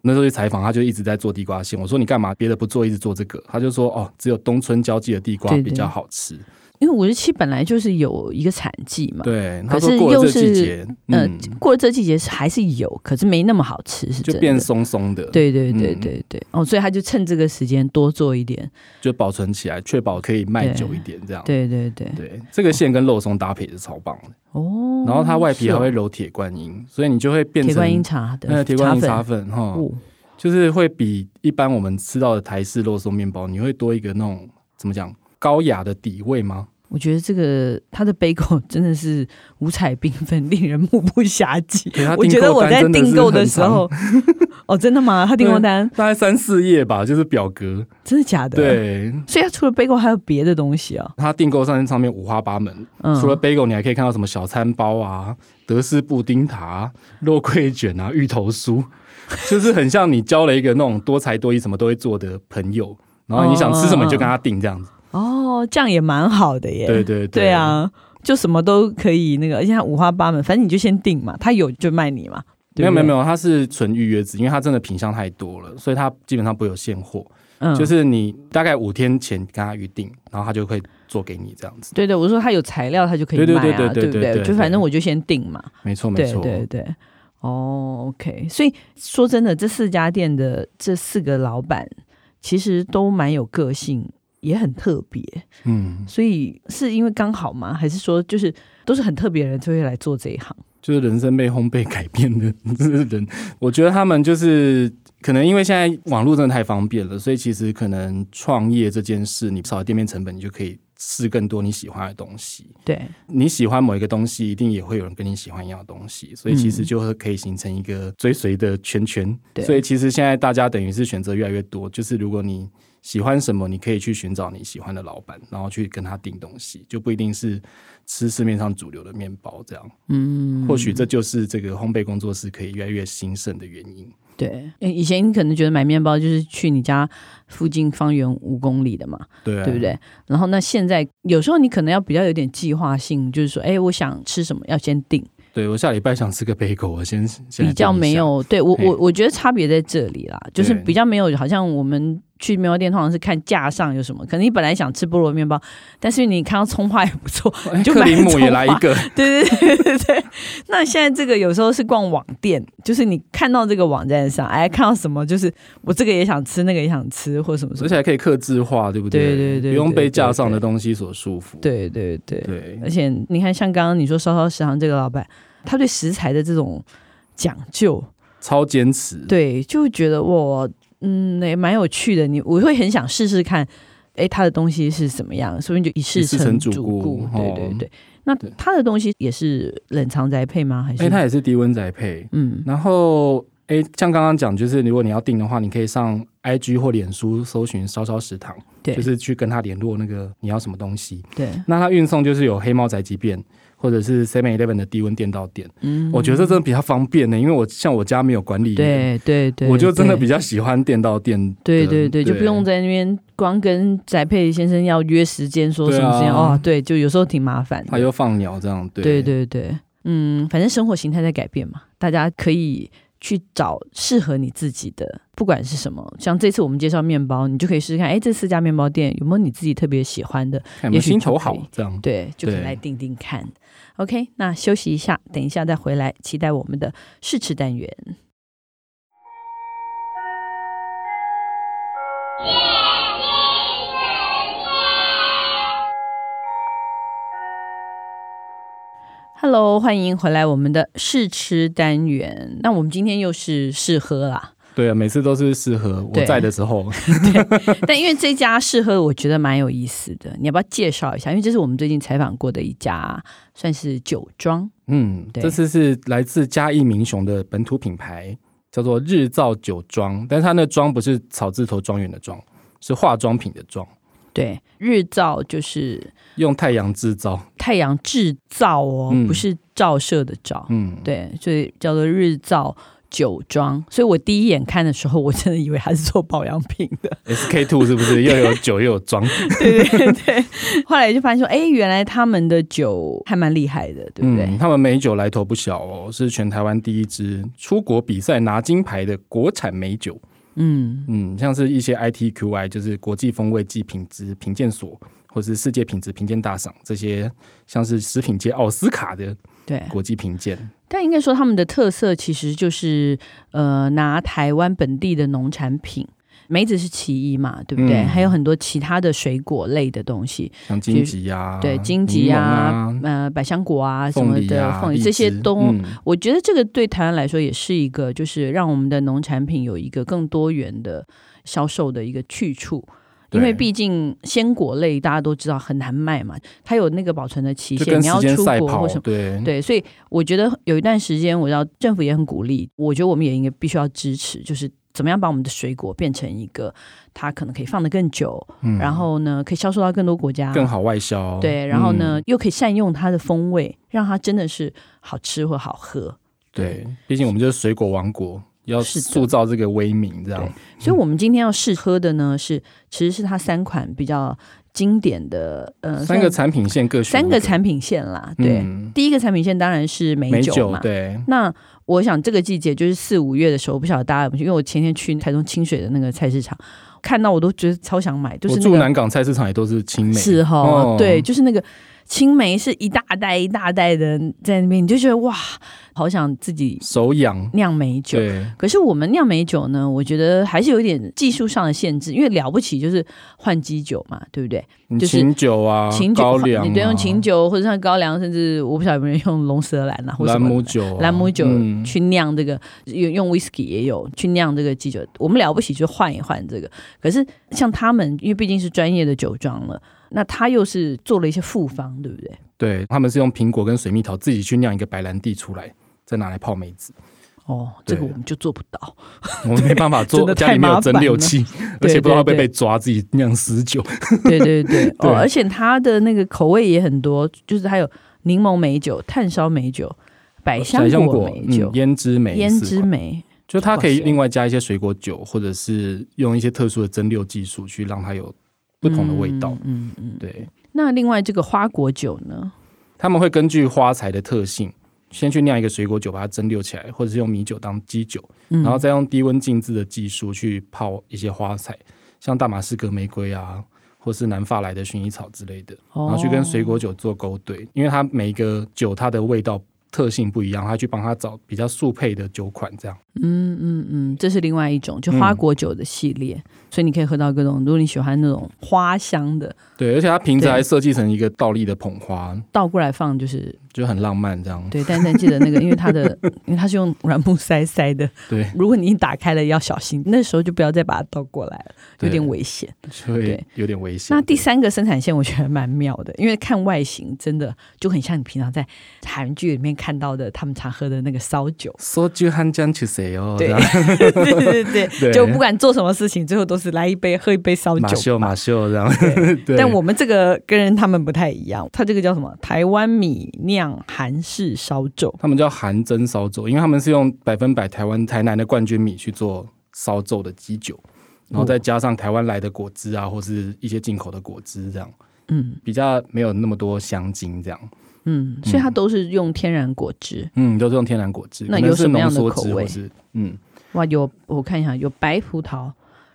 S2: 那时候去采访，他就一直在做地瓜馅。我说你干嘛别的不做，一直做这个？他就说哦，只有冬春交际的地瓜
S1: 对对
S2: 比较好吃。
S1: 因为五十七本来就是有一个产季嘛，，
S2: 对，他
S1: 可
S2: 说
S1: 是
S2: 过了
S1: 又
S2: 这季
S1: 是
S2: 节，
S1: 呃
S2: 嗯，，
S1: 过了这季节是还是有，可是没那么好吃，是
S2: 就
S1: 真的。
S2: 变松松的，，
S1: 对对对
S2: 嗯
S1: 对对，哦，所以他就趁这个时间多做一点，
S2: 就保存起来，确保可以卖
S1: 对
S2: 久一点，这样。
S1: 对对对，
S2: 对，这个馅跟肉松搭配是超棒的。
S1: 哦，
S2: 然后它外皮
S1: 是
S2: 还
S1: 哦
S2: 会揉铁观音，所以你就会变
S1: 铁观音
S2: 成
S1: 茶
S2: 那
S1: 的
S2: 个铁观音
S1: 粉
S2: 茶粉哈，
S1: 呃哦
S2: 就是会比一般我们吃到的台式肉松面包，你会多一个那种怎么讲高雅的底味吗？
S1: 我觉得这个它的 bagel 真的是五彩缤纷，令人目不暇 接。
S2: 对它
S3: 我
S2: 订
S3: 觉得
S2: 购
S3: 我
S2: 单
S3: 在
S2: 真的
S3: 订
S2: 是
S3: 购
S2: 很
S3: 的时
S2: 长
S3: 候，哦，真的吗？他订购
S2: 对
S3: 单
S2: 大概三四页吧，就是表格。
S1: 真的假的？，
S3: 啊
S2: 对，
S1: 所以它除了 bagel 还有别的东西啊。
S2: 它订购上上面五花八门，
S1: 嗯，
S2: 除了 bagel，你还可以看到什么小餐包啊、德式布丁塔、啊、肉桂卷啊、芋头酥，就是很像你交了一个那种多才多艺、什么都会做的朋友，然后你想吃什么你就跟他订这样子。
S3: 哦，这样也蛮好的耶。
S2: 对对
S3: 对，啊，就什么都可以那个，而且它五花八门，反正你就先定嘛，他有就卖你嘛。
S2: 没有没有没
S3: 有，
S2: 有，它是纯预约制，因为它真的品相太多了，所以它基本上不会有现货，
S1: 嗯，
S2: 就是你大概五天前跟他预定，然后他就会做给你这样子。
S1: 对对，我说它有材料，它就可以
S2: 对对
S1: 卖啊，
S2: 对对对
S1: 不
S2: 对
S1: 对？
S2: 对
S1: 就反正
S2: 对
S1: 我就先定嘛。
S2: 没错没
S1: 对
S2: 错，
S1: 对对，哦，OK。所以说真的，这四家店的这四个老板其实都蛮有个性，也很特别。
S2: 嗯，
S1: 所以是因为刚好吗？还是说就是都是很特别的人就会来做这一行？
S2: 就是人生被烘焙改变的人，我觉得他们就是可能因为现在网络真的太方便了，所以其实可能创业这件事，你少了店面成本，你就可以试更多你喜欢的东西。
S1: 对，
S2: 你喜欢某一个东西，一定也会有人跟你喜欢一样的东西，所以其实就会可以形成一个追随的圈圈。
S1: 嗯对
S2: 所以其实现在大家等于是选择越来越多，就是如果你喜欢什么，你可以去寻找你喜欢的老板，然后去跟他订东西，就不一定是吃市面上主流的面包这样。嗯，或许这就是这个烘焙工作室可以越来越兴盛的原因。
S1: 对，因为以前你可能觉得买面包就是去你家附近方圆五公里的嘛，
S2: 对、啊，
S1: 对不？对？然后那现在有时候你可能要比较有点计划性，就是说，哎，我想吃什么要先定，
S2: 对我下礼拜想吃个 bagel，我先先来
S1: 比较
S2: 订一
S1: 没
S2: 下
S1: 有对我
S2: 啊嘿
S1: 我我觉得差别在这里啦，就是
S2: 对
S1: 比较没有好像我们去面包店通常是看架上有什么，可能你本来想吃菠萝面包，但是你看到葱花也不错，
S2: 哎
S1: 就
S2: 克
S1: 买
S2: 林姆
S1: 葱
S2: 也来一
S1: 花
S2: 个，
S1: 对 对对对对。那现在这个有时候是逛网店，就是你看到这个网站上，哎，看到什么就是我这个也想吃，那个也想吃，或什么什
S2: 而
S1: 么。
S2: 且还可以克制化，对不
S1: 对
S2: 对
S1: 对对
S2: 不用
S1: 对
S2: 被架
S1: 对
S2: 上
S1: 对
S2: 的东西所束缚。
S1: 对对对。
S2: 对
S1: 而且你看，像刚刚你说烧烧食堂这个老板，他对食材的这种讲究，
S2: 超坚持。，
S1: 对，就觉得哇，嗯，也蛮有趣的。你我会很想试试看，哎，他的东西是怎么样，说不定就一
S2: 一
S1: 试
S2: 试
S1: 成
S2: 成主
S1: 主顾
S2: 顾。
S1: 对
S2: 哦
S1: 对对。那
S2: 对
S1: 他的东西也是冷藏宅配吗？还
S2: 哎，
S1: 是
S2: 它也是低温宅配。
S1: 嗯
S2: 然后，哎，像刚刚讲，就是如果你要订的话，你可以上 IG 或脸书搜寻“烧烧食堂”，
S1: 对
S2: 就是去跟他联络那个你要什么东西。
S1: 对
S2: 那它运送就是有黑猫宅急便。或者是 Seven Eleven 的低温店到店，
S1: 嗯
S2: 我觉得这真的比较方便呢、因为我像我家没有管理员，
S1: 对对对，
S2: 我就真的
S1: 对
S2: 比较喜欢店到店的。
S1: 对对对，就不用在那边光跟翟佩先生要约时间说什么时间、
S2: 对啊
S1: 哦，对，就有时候挺麻烦的。
S2: 还有放鸟这样，对
S1: 对对对，嗯，反正生活形态在改变嘛，大家可以去找适合你自己的，不管是什么。像这次我们介绍面包，你就可以试试看，哎，这四家面包店有没有你自己特别喜欢的？
S2: 看有没有
S1: 也许
S2: 心
S1: 就
S2: 头
S1: 可
S2: 好
S1: 以
S2: 这样。
S1: 对，就可以
S2: 对
S1: 来定定看。OK，那休息一下，等一下再回来，期待我们的试吃单元。Hello，欢迎回来我们的试吃单元。那我们今天又是试喝啦，
S2: 对啊，每次都是适合我
S1: 对
S2: 在的时候。
S1: 但因为这家试喝，我觉得蛮有意思的，你要不要介绍一下？因为这是我们最近采访过的一家，算是酒庄。
S2: 嗯，
S1: 对
S2: 这次是来自嘉义民雄的本土品牌，叫做日造酒庄，但是它那庄不是草字头庄园的庄，是化妆品的庄，
S1: 对，日照就是
S2: 用太阳制造。
S1: 太阳制造哦，
S2: 嗯
S1: 不是照射的照。
S2: 嗯，
S1: 对，所以叫做日照酒庄。所以我第一眼看的时候，我真的以为它是做保养品 的。
S2: ，SK two 是不是又有酒又有庄？
S1: 对对对。后来就发现说，哎，原来他们的酒还蛮厉害的，对不对？
S2: 嗯，他们美酒来头不小哦，是全台湾第一支出国比赛拿金牌的国产美酒。
S1: 嗯
S2: 嗯，像是一些 ITQI，就是国际风味暨品质评鉴所，或是世界品质评鉴大赏这些，像是食品界奥斯卡的
S1: 对。
S2: 国际评鉴。
S1: 但应该说他们的特色其实就是呃拿台湾本地的农产品。梅子是其一嘛，对不对？
S2: 嗯
S1: 还有很多其他的水果类的东西，
S2: 像荆棘呀、啊，
S1: 对，荆棘
S2: 柠檬
S1: 啊
S2: 啊，、
S1: 呃，百香果啊什么
S2: 凤梨
S1: 的，
S2: 啊、
S1: 凤梨
S2: 荔
S1: 这些
S2: 枝
S1: 都，
S2: 嗯
S1: 我觉得这个对台湾来说也是一个，就是让我们的农产品有一个更多元的销售的一个去处。因为
S2: 对
S1: 毕竟鲜果类大家都知道很难卖嘛，它有那个保存的期
S2: 就
S1: 限，
S2: 跟
S1: 你要
S2: 时间
S1: 出
S2: 赛
S1: 国
S2: 跑
S1: 或什么，。
S2: 对
S1: 对，所以我觉得有一段时间，我知道政府也很鼓励，我觉得我们也应该必须要支持，就是怎么样把我们的水果变成一个它可能可以放得更久，
S2: 嗯
S1: 然后呢可以销售到更多国家，
S2: 更好外销，
S1: 对，然后呢、
S2: 嗯
S1: 又可以善用它的风味，让它真的是好吃或好喝。
S2: 对，毕竟我们就是水果王国，要
S1: 是的
S2: 塑造这个威名，这
S1: 对
S2: 样
S1: 所以我们今天要试喝的呢是，其实是它三款比较经典的呃
S2: 三个
S1: 算
S2: 产品线各选
S1: 三
S2: 一
S1: 个产品线啦，对。
S2: 嗯
S1: 第一个产品线当然是美
S2: 美
S1: 酒
S2: 酒
S1: 嘛，
S2: 对，
S1: 那我想这个季节就是四五月的时候，不晓得大家有没有去，因为我前天去台中清水的那个菜市场，看到我都觉得超想买，就是
S2: 我
S1: 那
S2: 住
S1: 个哦
S2: 南港菜市场也都是青梅，哦
S1: 是哈、对，就是那个青梅是一大袋一大袋的在那边，你就觉得哇，好想自己
S2: 手痒，
S1: 酿美酒。
S2: 对，
S1: 可是我们酿美酒呢，我觉得还是有一点技术上的限制，因为了不起就是换基酒嘛，对不对？
S2: 你
S1: 就是
S2: 琴酒啊，
S1: 琴酒，
S2: 高粱、啊，
S1: 你对用琴酒或者像高粱，甚至我不晓得有没有人用龙舌兰啊，或者什
S2: 兰
S1: 么
S2: 姆酒啊、
S1: 兰姆酒
S2: 嗯
S1: 去酿这个，用用 whisky 也有去酿这个基酒。我们了不起就换一换这个，可是像他们，因为毕竟是专业的酒庄了，那他又是做了一些复方，对不对？
S2: 对，他们是用苹果跟水蜜桃自己去酿一个白兰地出来，再拿来泡梅 子。
S1: 哦，这
S2: 对
S1: 个我们就做不到。
S2: 我们没办法
S1: 真
S2: 做，
S1: 的
S2: 家里
S1: 太
S2: 没有
S1: 麻
S2: 蒸
S1: 烦
S2: 馏
S1: 了
S2: 器，而
S1: 对
S2: 且不
S1: 对
S2: 知道会不会
S1: 对
S2: 被抓，自己酿死酒。
S1: 对对对，哦，
S2: 对
S1: 而且它的那个口味也很多，就是还有柠檬美酒、炭烧美酒、百香
S2: 香
S1: 果美酒
S2: 嗯、、胭脂梅、
S1: 胭脂，梅。
S2: 就它可
S1: 哇
S2: 以
S1: 塞
S2: 另外加一些水果酒，或者是用一些特殊的蒸馏技术去让它有不同的味道。
S1: 嗯嗯嗯。
S2: 对，
S1: 那另外这个花果酒呢？
S2: 他们会根据花材的特性，先去酿一个水果酒，把它蒸馏起来，或者是用米酒当基酒，
S1: 嗯
S2: 然后再用低温静置的技术去泡一些花材，像大马士革玫瑰啊，或是南法来的薰衣草之类的，
S1: 哦
S2: 然后去跟水果酒做勾兑，因为它每一个酒它的味道特性不一样，它去帮它找比较速配的酒款，这样
S1: 嗯嗯嗯，这是另外一种，就花果酒的系列，所以你可以喝到各种。如果你喜欢那种花香的，
S2: 对，而且它瓶子
S1: 对
S2: 还设计成一个倒立的捧花，
S1: 倒过来放就是
S2: 就很浪漫这样，
S1: 对。但但记得那个，因为它 的，因为它是用软木塞塞的，
S2: 对，
S1: 如果你一打开了要小心，那时候就不要再把它倒过来了，有
S2: 对
S1: 点危险。
S2: 就会
S1: 对
S2: 有点危险。
S1: 那第
S2: 对
S1: 三个生产线我觉得蛮妙的，因为看外形真的就很像你平常在韩剧里面看到的他们常喝的那个烧 酒。
S2: ，so 就汉江去谁哦，
S1: 对
S2: 这样
S1: 对对对，
S2: 对
S1: 就不管做什么事情，最后都是来一杯喝一杯烧
S2: 马
S1: 酒
S2: 秀
S1: 吧。
S2: 马秀这样， 对，
S1: 但我们这个跟他们不太一样，它这个叫什么？台湾米酿韩式烧酒。
S2: 他们叫韩蒸烧酒，因为他们是用百分百台湾台南的冠军米去做烧酒的基酒，然后
S1: 嗯
S2: 再加上台湾来的果汁啊，或是一些进口的果汁，这样
S1: 嗯
S2: 比较没有那么多香精，这样，
S1: 嗯，所以它都是用天然果汁。
S2: 嗯，都是用天然果汁，
S1: 那
S2: 可能
S1: 有
S2: 是
S1: 什么样
S2: 浓
S1: 的
S2: 缩
S1: 口
S2: 汁，或
S1: 味
S2: 是嗯
S1: 哇，有我看一下，有白葡萄，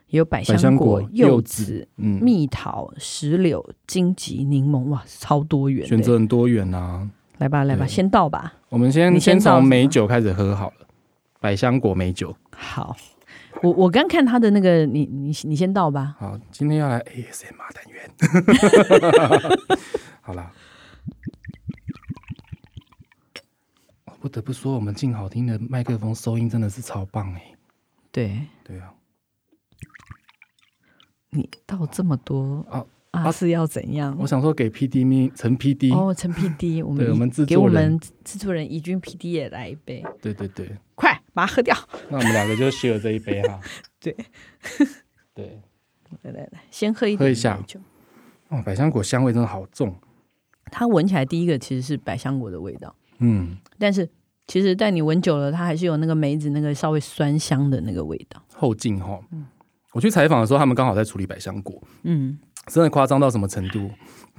S1: 也有百
S2: 香
S1: 果
S2: 果、
S1: 柚
S2: 柚
S1: 子
S2: 子、嗯，
S1: 蜜桃、石榴、荆棘、柠檬，哇，超多元
S2: 选择
S1: 的。
S2: 很多元啊。
S1: 来吧，来吧，
S2: 对
S1: 先倒吧。
S2: 我们先
S1: 你先倒
S2: 从
S1: 什么
S2: 美酒开始喝好了，百香果美酒。
S1: 好，我我刚看他的那个，你你你先倒吧。
S2: 好，今天要来 ASMR 单元。 好啦，我不得不说，我们静好听的麦克风收音真的是超棒哎、
S1: 对
S2: 对啊，
S1: 你倒这么多
S2: 啊
S1: 啊
S2: 啊
S1: 是要怎样？
S2: 我想说给 PD 咪陈 PD，、
S1: 哦，陈 PD，我们
S2: 对我们制
S1: 给
S2: 作
S1: 我
S2: 人
S1: 们制作人怡君 PD 也来一杯，
S2: 对对对，
S1: 快把它喝掉。
S2: 那我们两个就 share 这一杯哈。
S1: 对
S2: 对，
S1: 来来来，先喝一
S2: 喝
S1: 点
S2: 一下
S1: 白酒
S2: 哦，百香果香味真的好重，
S1: 它闻起来第一个其实是百香果的味道，
S2: 嗯，
S1: 但是其实但你闻久了，它还是有那个梅子那个稍微酸香的那个味道。
S2: 后劲哈。我去采访的时候，他们刚好在处理百香果，
S1: 嗯，
S2: 真的夸张到什么程度？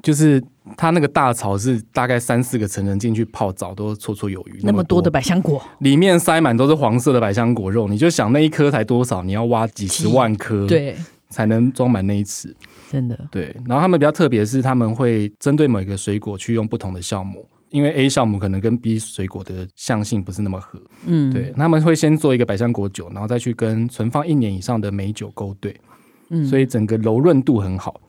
S2: 就是他那个大槽是大概三四个成人进去泡澡都绰绰有余，
S1: 那么
S2: 么
S1: 多的百香果，
S2: 里面塞满都是黄色的百香果肉，你就想那一颗才多少？你要挖几十万颗，，
S1: 对，
S2: 才能装满那一池。
S1: 真的，
S2: 对，然后他们比较特别的是，他们会针对每个水果去用不同的酵母，因为 A 酵母可能跟 B 水果的相性不是那么合。
S1: 嗯，
S2: 对，，他们会先做一个百香果酒，然后再去跟存放一年以上的美酒勾兑，
S1: 嗯，
S2: 所以整个柔润度很好。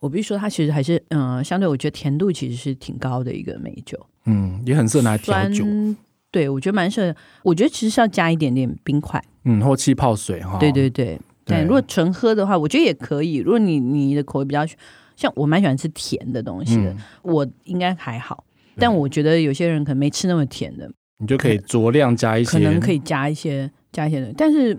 S1: 我必须说，它其实还是嗯、呃相对我觉得甜度其实是挺高的一个美酒，
S2: 嗯，也很适合拿来调酒，
S1: 酸。对，我觉得蛮适合。我觉得其实是要加一点点冰块。
S2: 嗯，或气泡水哈。
S1: 对对对但
S2: 对
S1: 如果纯喝的话，我觉得也可以。如果你你的口味比较喜像我蛮喜欢吃甜的东西的，
S2: 嗯
S1: 我应该还好。但我觉得有些人可能没吃那么甜的，
S2: 你就可以酌量加一些，
S1: 可能可
S2: 以
S1: 以加一些加一些的。但是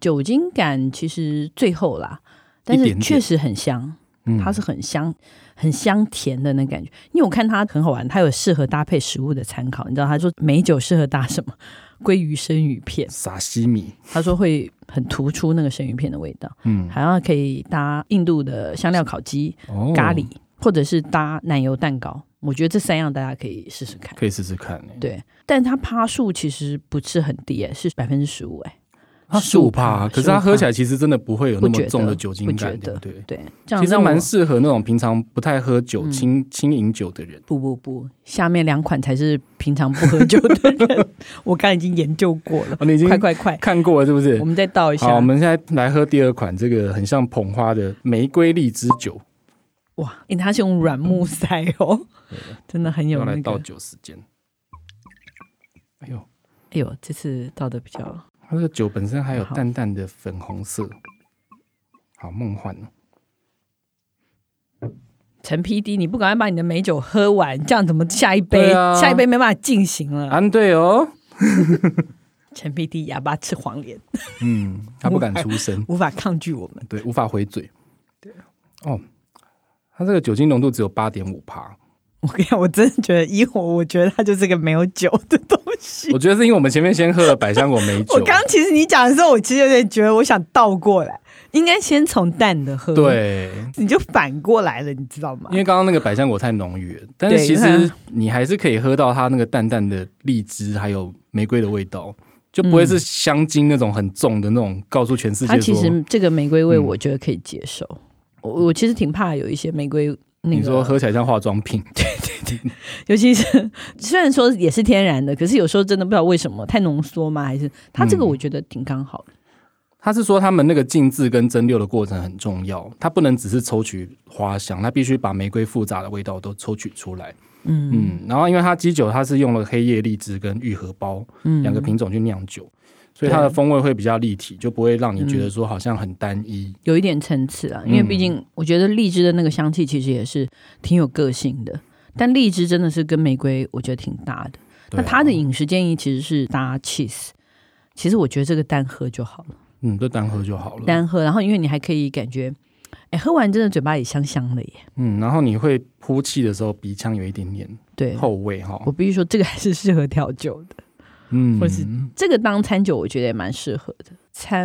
S1: 酒精感其实最后啦，但
S2: 一
S1: 是
S2: 点点
S1: 确实很香，
S2: 嗯
S1: 它是很香很香甜的那感觉。因为我看它很好玩，它有适合搭配食物的参考。你知道，他说美酒适合搭什么？鲑鱼生鱼片，
S2: 撒西米，
S1: 他说会很突出那个生鱼片的味道。
S2: 嗯，
S1: 好像可以搭印度的香料烤鸡、
S2: 哦
S1: 咖喱，或者是搭奶油蛋糕。我觉得这三样大家可以试试看。
S2: 可以试试看、欸。
S1: 对，但它趴数其实不是很低、欸，是百分之十五，哎，
S2: 它十五趴，可是它喝起来其实真的不会有那
S1: 不
S2: 么
S1: 觉得
S2: 重的酒精
S1: 不觉
S2: 感，对
S1: 得
S2: 不对？
S1: 对，这样
S2: 其实
S1: 让我
S2: 蛮适合那种平常不太喝酒、
S1: 嗯
S2: 轻轻饮酒的人。
S1: 不不不，下面两款才是平常不喝酒的人。 我刚已经研究过了，
S2: 哦，你已经
S1: 快快快，
S2: 看过了是不是
S1: 我？们再倒一下。
S2: 好，我们现在来喝第二款，这个很像捧花的玫瑰荔枝酒，
S1: 哇，诶它是用软木塞哦，真的很有
S2: 嗯要
S1: 那
S2: 来
S1: 个
S2: 倒。酒时间。哎呦，
S1: 哎呦，这次倒的比较
S2: 它的酒本身还有
S1: 好
S2: 淡淡的粉红色，好梦幻哦。
S1: 陈 PD，你不赶快把你的美酒喝完，这样怎么下一杯？
S2: 对啊
S1: 下一杯没办法进行了。
S2: 安对哦，
S1: 陈 PD 哑巴吃黄连，
S2: 嗯，他不敢出声，
S1: 无法抗拒我们。
S2: 对，无法回嘴。对，哦，它这个酒精浓度只有八点五帕，
S3: 我跟你讲，我真的觉得以我，我觉得它就是个没有酒的东西。
S2: 我觉得是因为我们前面先喝了百香果 美酒，
S3: 我刚其实你讲的时候，我其实有点觉得我想倒过来，
S1: 应该先从淡的喝。，
S2: 对，
S3: 你就反过来了，你知道吗
S2: 因？为刚刚那个百香果太浓郁了，但是
S1: 对
S2: 其
S1: 因为
S2: 实你还是可以喝到它那个淡淡的荔枝还有玫瑰的味道，就不会是香精那种很重的那种，告诉全世
S1: 嗯它
S2: 界
S1: 其
S2: 说
S1: 实这个玫瑰味，
S2: 嗯
S1: 我觉得可以接受。我我其实挺怕有一些玫瑰。那个、
S2: 你说喝起来像化妆品，
S1: 尤其是虽然说也是天然的，可是有时候真的不知道为什么太浓缩吗？还是它这个
S2: 嗯
S1: 我觉得挺刚好的。
S2: 他是说他们那个浸渍跟蒸馏的过程很重要，它不能只是抽取花香，它必须把玫瑰复杂的味道都抽取出来。
S1: 嗯
S2: 嗯，然后因为它基酒它是用了黑叶荔枝跟愈合包
S1: 嗯
S2: 两个品种去酿酒，所以它的风味会比较立体，就不会让你觉得说好像很单一。
S1: 有一点层次啊，因为
S2: 嗯
S1: 毕竟我觉得荔枝的那个香气其实也是挺有个性的，但荔枝真的是跟玫瑰我觉得挺搭的。
S2: 对
S1: 那
S2: 啊
S1: 他的饮食建议其实是搭 cheese，其实我觉得这个单喝就好了，
S2: 嗯，就单喝就好了。
S1: 单喝，然后因为你还可以感觉，哎，喝完真的嘴巴也香香的耶。
S2: 嗯，然后你会呼气的时候，鼻腔有一点点
S1: 对，
S2: 后味哈
S1: 我。必须说这个还是适合调酒的，
S2: 嗯
S1: 或是这个当餐酒我觉得也蛮适合的，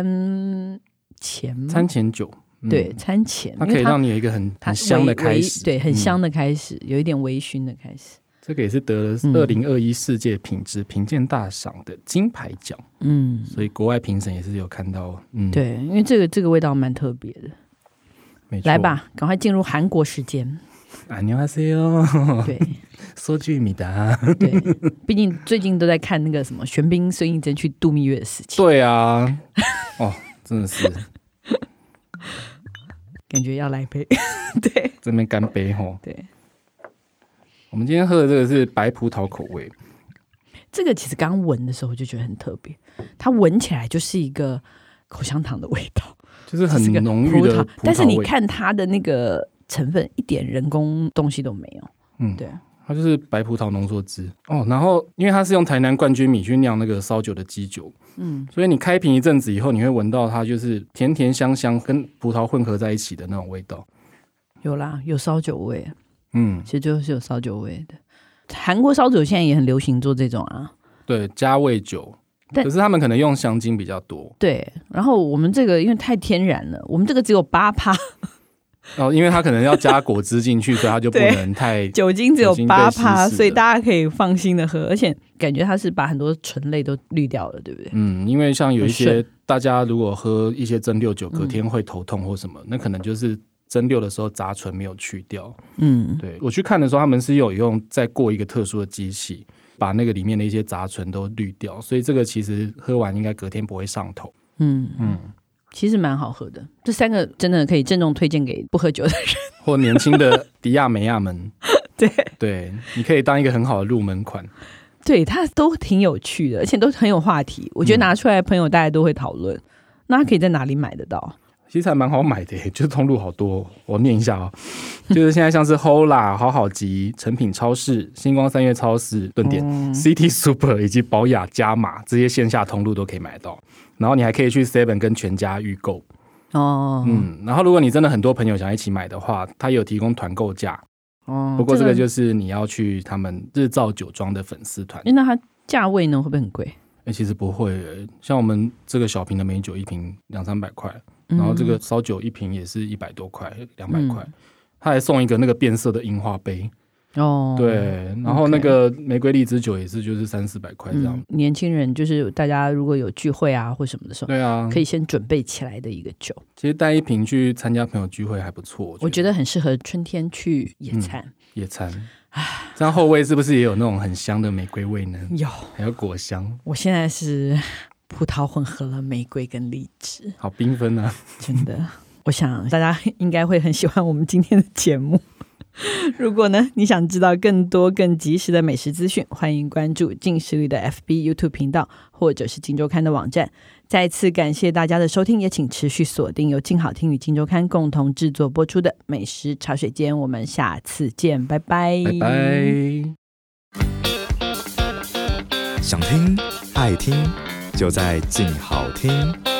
S1: 餐前吗
S2: 餐前酒，嗯
S1: 对，餐前，
S2: 它
S1: 因
S2: 可
S1: 为
S2: 以让你有一个很
S1: 它
S2: 很香的
S1: 微
S2: 开
S1: 微
S2: 始，
S1: 对，很
S2: 嗯
S1: 香的开始，有一点微醺的开始。
S2: 这个也是得了
S1: 嗯
S2: 二零二一世界品质评鉴大赏的金牌奖，
S1: 嗯，
S2: 所以国外评审也是有看到，嗯，，
S1: 对，因为这个这个味道蛮特别的。
S2: 没错，
S1: 来，吧，赶快进入韩国时间。
S2: 안녕하세 요，
S1: 对
S2: 说句米达，
S1: 对，毕竟最近都在看那个什么玄彬、孙艺珍去度蜜月的事情，
S2: 对啊，哦，真的是
S1: 感觉要来杯。
S2: 这边干杯吼，
S1: 对，
S2: 我们今天喝的这个是白葡萄口味，
S1: 这个其实刚闻的时候我就觉得很特别，它闻起来就是一个口香糖的味道，
S2: 就是很
S1: 是个
S2: 浓
S1: 萄
S2: 郁的葡萄味，
S1: 但是你看它的那个成分一点人工东西都没有。
S2: 嗯
S1: 对，
S2: 它就是白葡萄浓缩汁哦。然后，因为它是用台南冠军米去酿那个烧酒的基酒，
S1: 嗯，
S2: 所以你开瓶一阵子以后，你会闻到它就是甜甜香香跟葡萄混合在一起的那种味道。
S1: 有啦，有烧酒味，
S2: 嗯，
S1: 其实就是有烧酒味的。韩国烧酒现在也很流行做这种啊，
S2: 对，加味酒，
S1: 但
S2: 可是他们可能用香精比较多
S1: 对，然后我们这个因为太天然了，我们这个只有八 趴，
S2: 哦，因为它可能要加果汁进去，所以它就不
S3: 对
S2: 能太
S1: 酒精只有
S2: 酒精被
S1: 八
S2: 稀
S1: 趴，
S2: 释的
S1: 所以大家可以放心的喝，而且感觉它是把很多醇类都滤掉了，对不对？
S2: 嗯，因为像有一
S1: 很
S2: 些大家如果喝一些蒸馏酒，隔
S1: 嗯
S2: 天会头痛或什么，那可能就是蒸馏的时候杂醇没有去掉。
S1: 嗯，
S2: 对我去看的时候，他们是有用再过一个特殊的机器，把那个里面的一些杂醇都滤掉，所以这个其实喝完应该隔天不会上头。
S1: 嗯嗯
S2: 嗯，
S1: 其实蛮好喝的，这三个真的可以郑重推荐给不喝酒的人。
S2: 或年轻的 迪亚梅亚们，
S1: 对
S2: 对，你可以当一个很好的入门款。
S1: 对，它都挺有趣的，而且都很有话题，我觉得
S2: 嗯
S1: 拿出来朋友大家都会讨论。那它可以在哪里买得到？
S2: 其实还蛮好买的耶，就是通路好多哦、我念一下哦，就是现在像是 Hola、好好集、成品超市、星光三月超市、顿点、City Super 以及宝雅加码这些线下通路都可以买到。然后你还可以去 Seven 跟全家预购。
S1: 哦，
S2: 嗯，然后如果你真的很多朋友想一起买的话，它有提供团购价，
S1: 哦
S2: 嗯不过这个就是你要去他们日照酒庄的粉丝团。
S1: 诶那它价位呢会不会很贵？
S2: 哎、其实不会耶，像我们这个小瓶的美酒一瓶两三百块，
S1: 嗯
S2: 然后这个烧酒一瓶也是一百多块，两百
S1: 嗯
S2: 块。他还送一个那个变色的樱花杯，
S1: 哦，
S2: 对，然后
S1: OK
S2: 那个玫瑰荔枝酒也是就是三四百块这样。
S1: 嗯，年轻人就是大家如果有聚会啊或什么的时候，
S2: 对啊，
S1: 可以先准备起来的一个酒，
S2: 其实带一瓶去参加朋友聚会还不错，
S1: 我觉
S2: 得嗯
S1: 得很适合春天去野餐。
S2: 野餐。这样后味是不是也有那种很香的玫瑰味呢？
S1: 有，
S2: 还有果香，
S1: 我现在是 葡萄混合了玫瑰跟荔枝，
S2: 好缤纷啊！
S1: 真的， 我想大家应该会很喜欢我们今天的节目。 如果呢，你想知道更多更及时的美食资讯，欢迎关注进食力的 FB、YouTube 频道，或者是金周刊的网站。再次感谢大家的收听，也请持续锁定由静好听与金周刊共同制作播出的《美食茶水间》，我们下次见，拜拜，
S2: 拜拜。
S4: 想听爱听，就在静好听。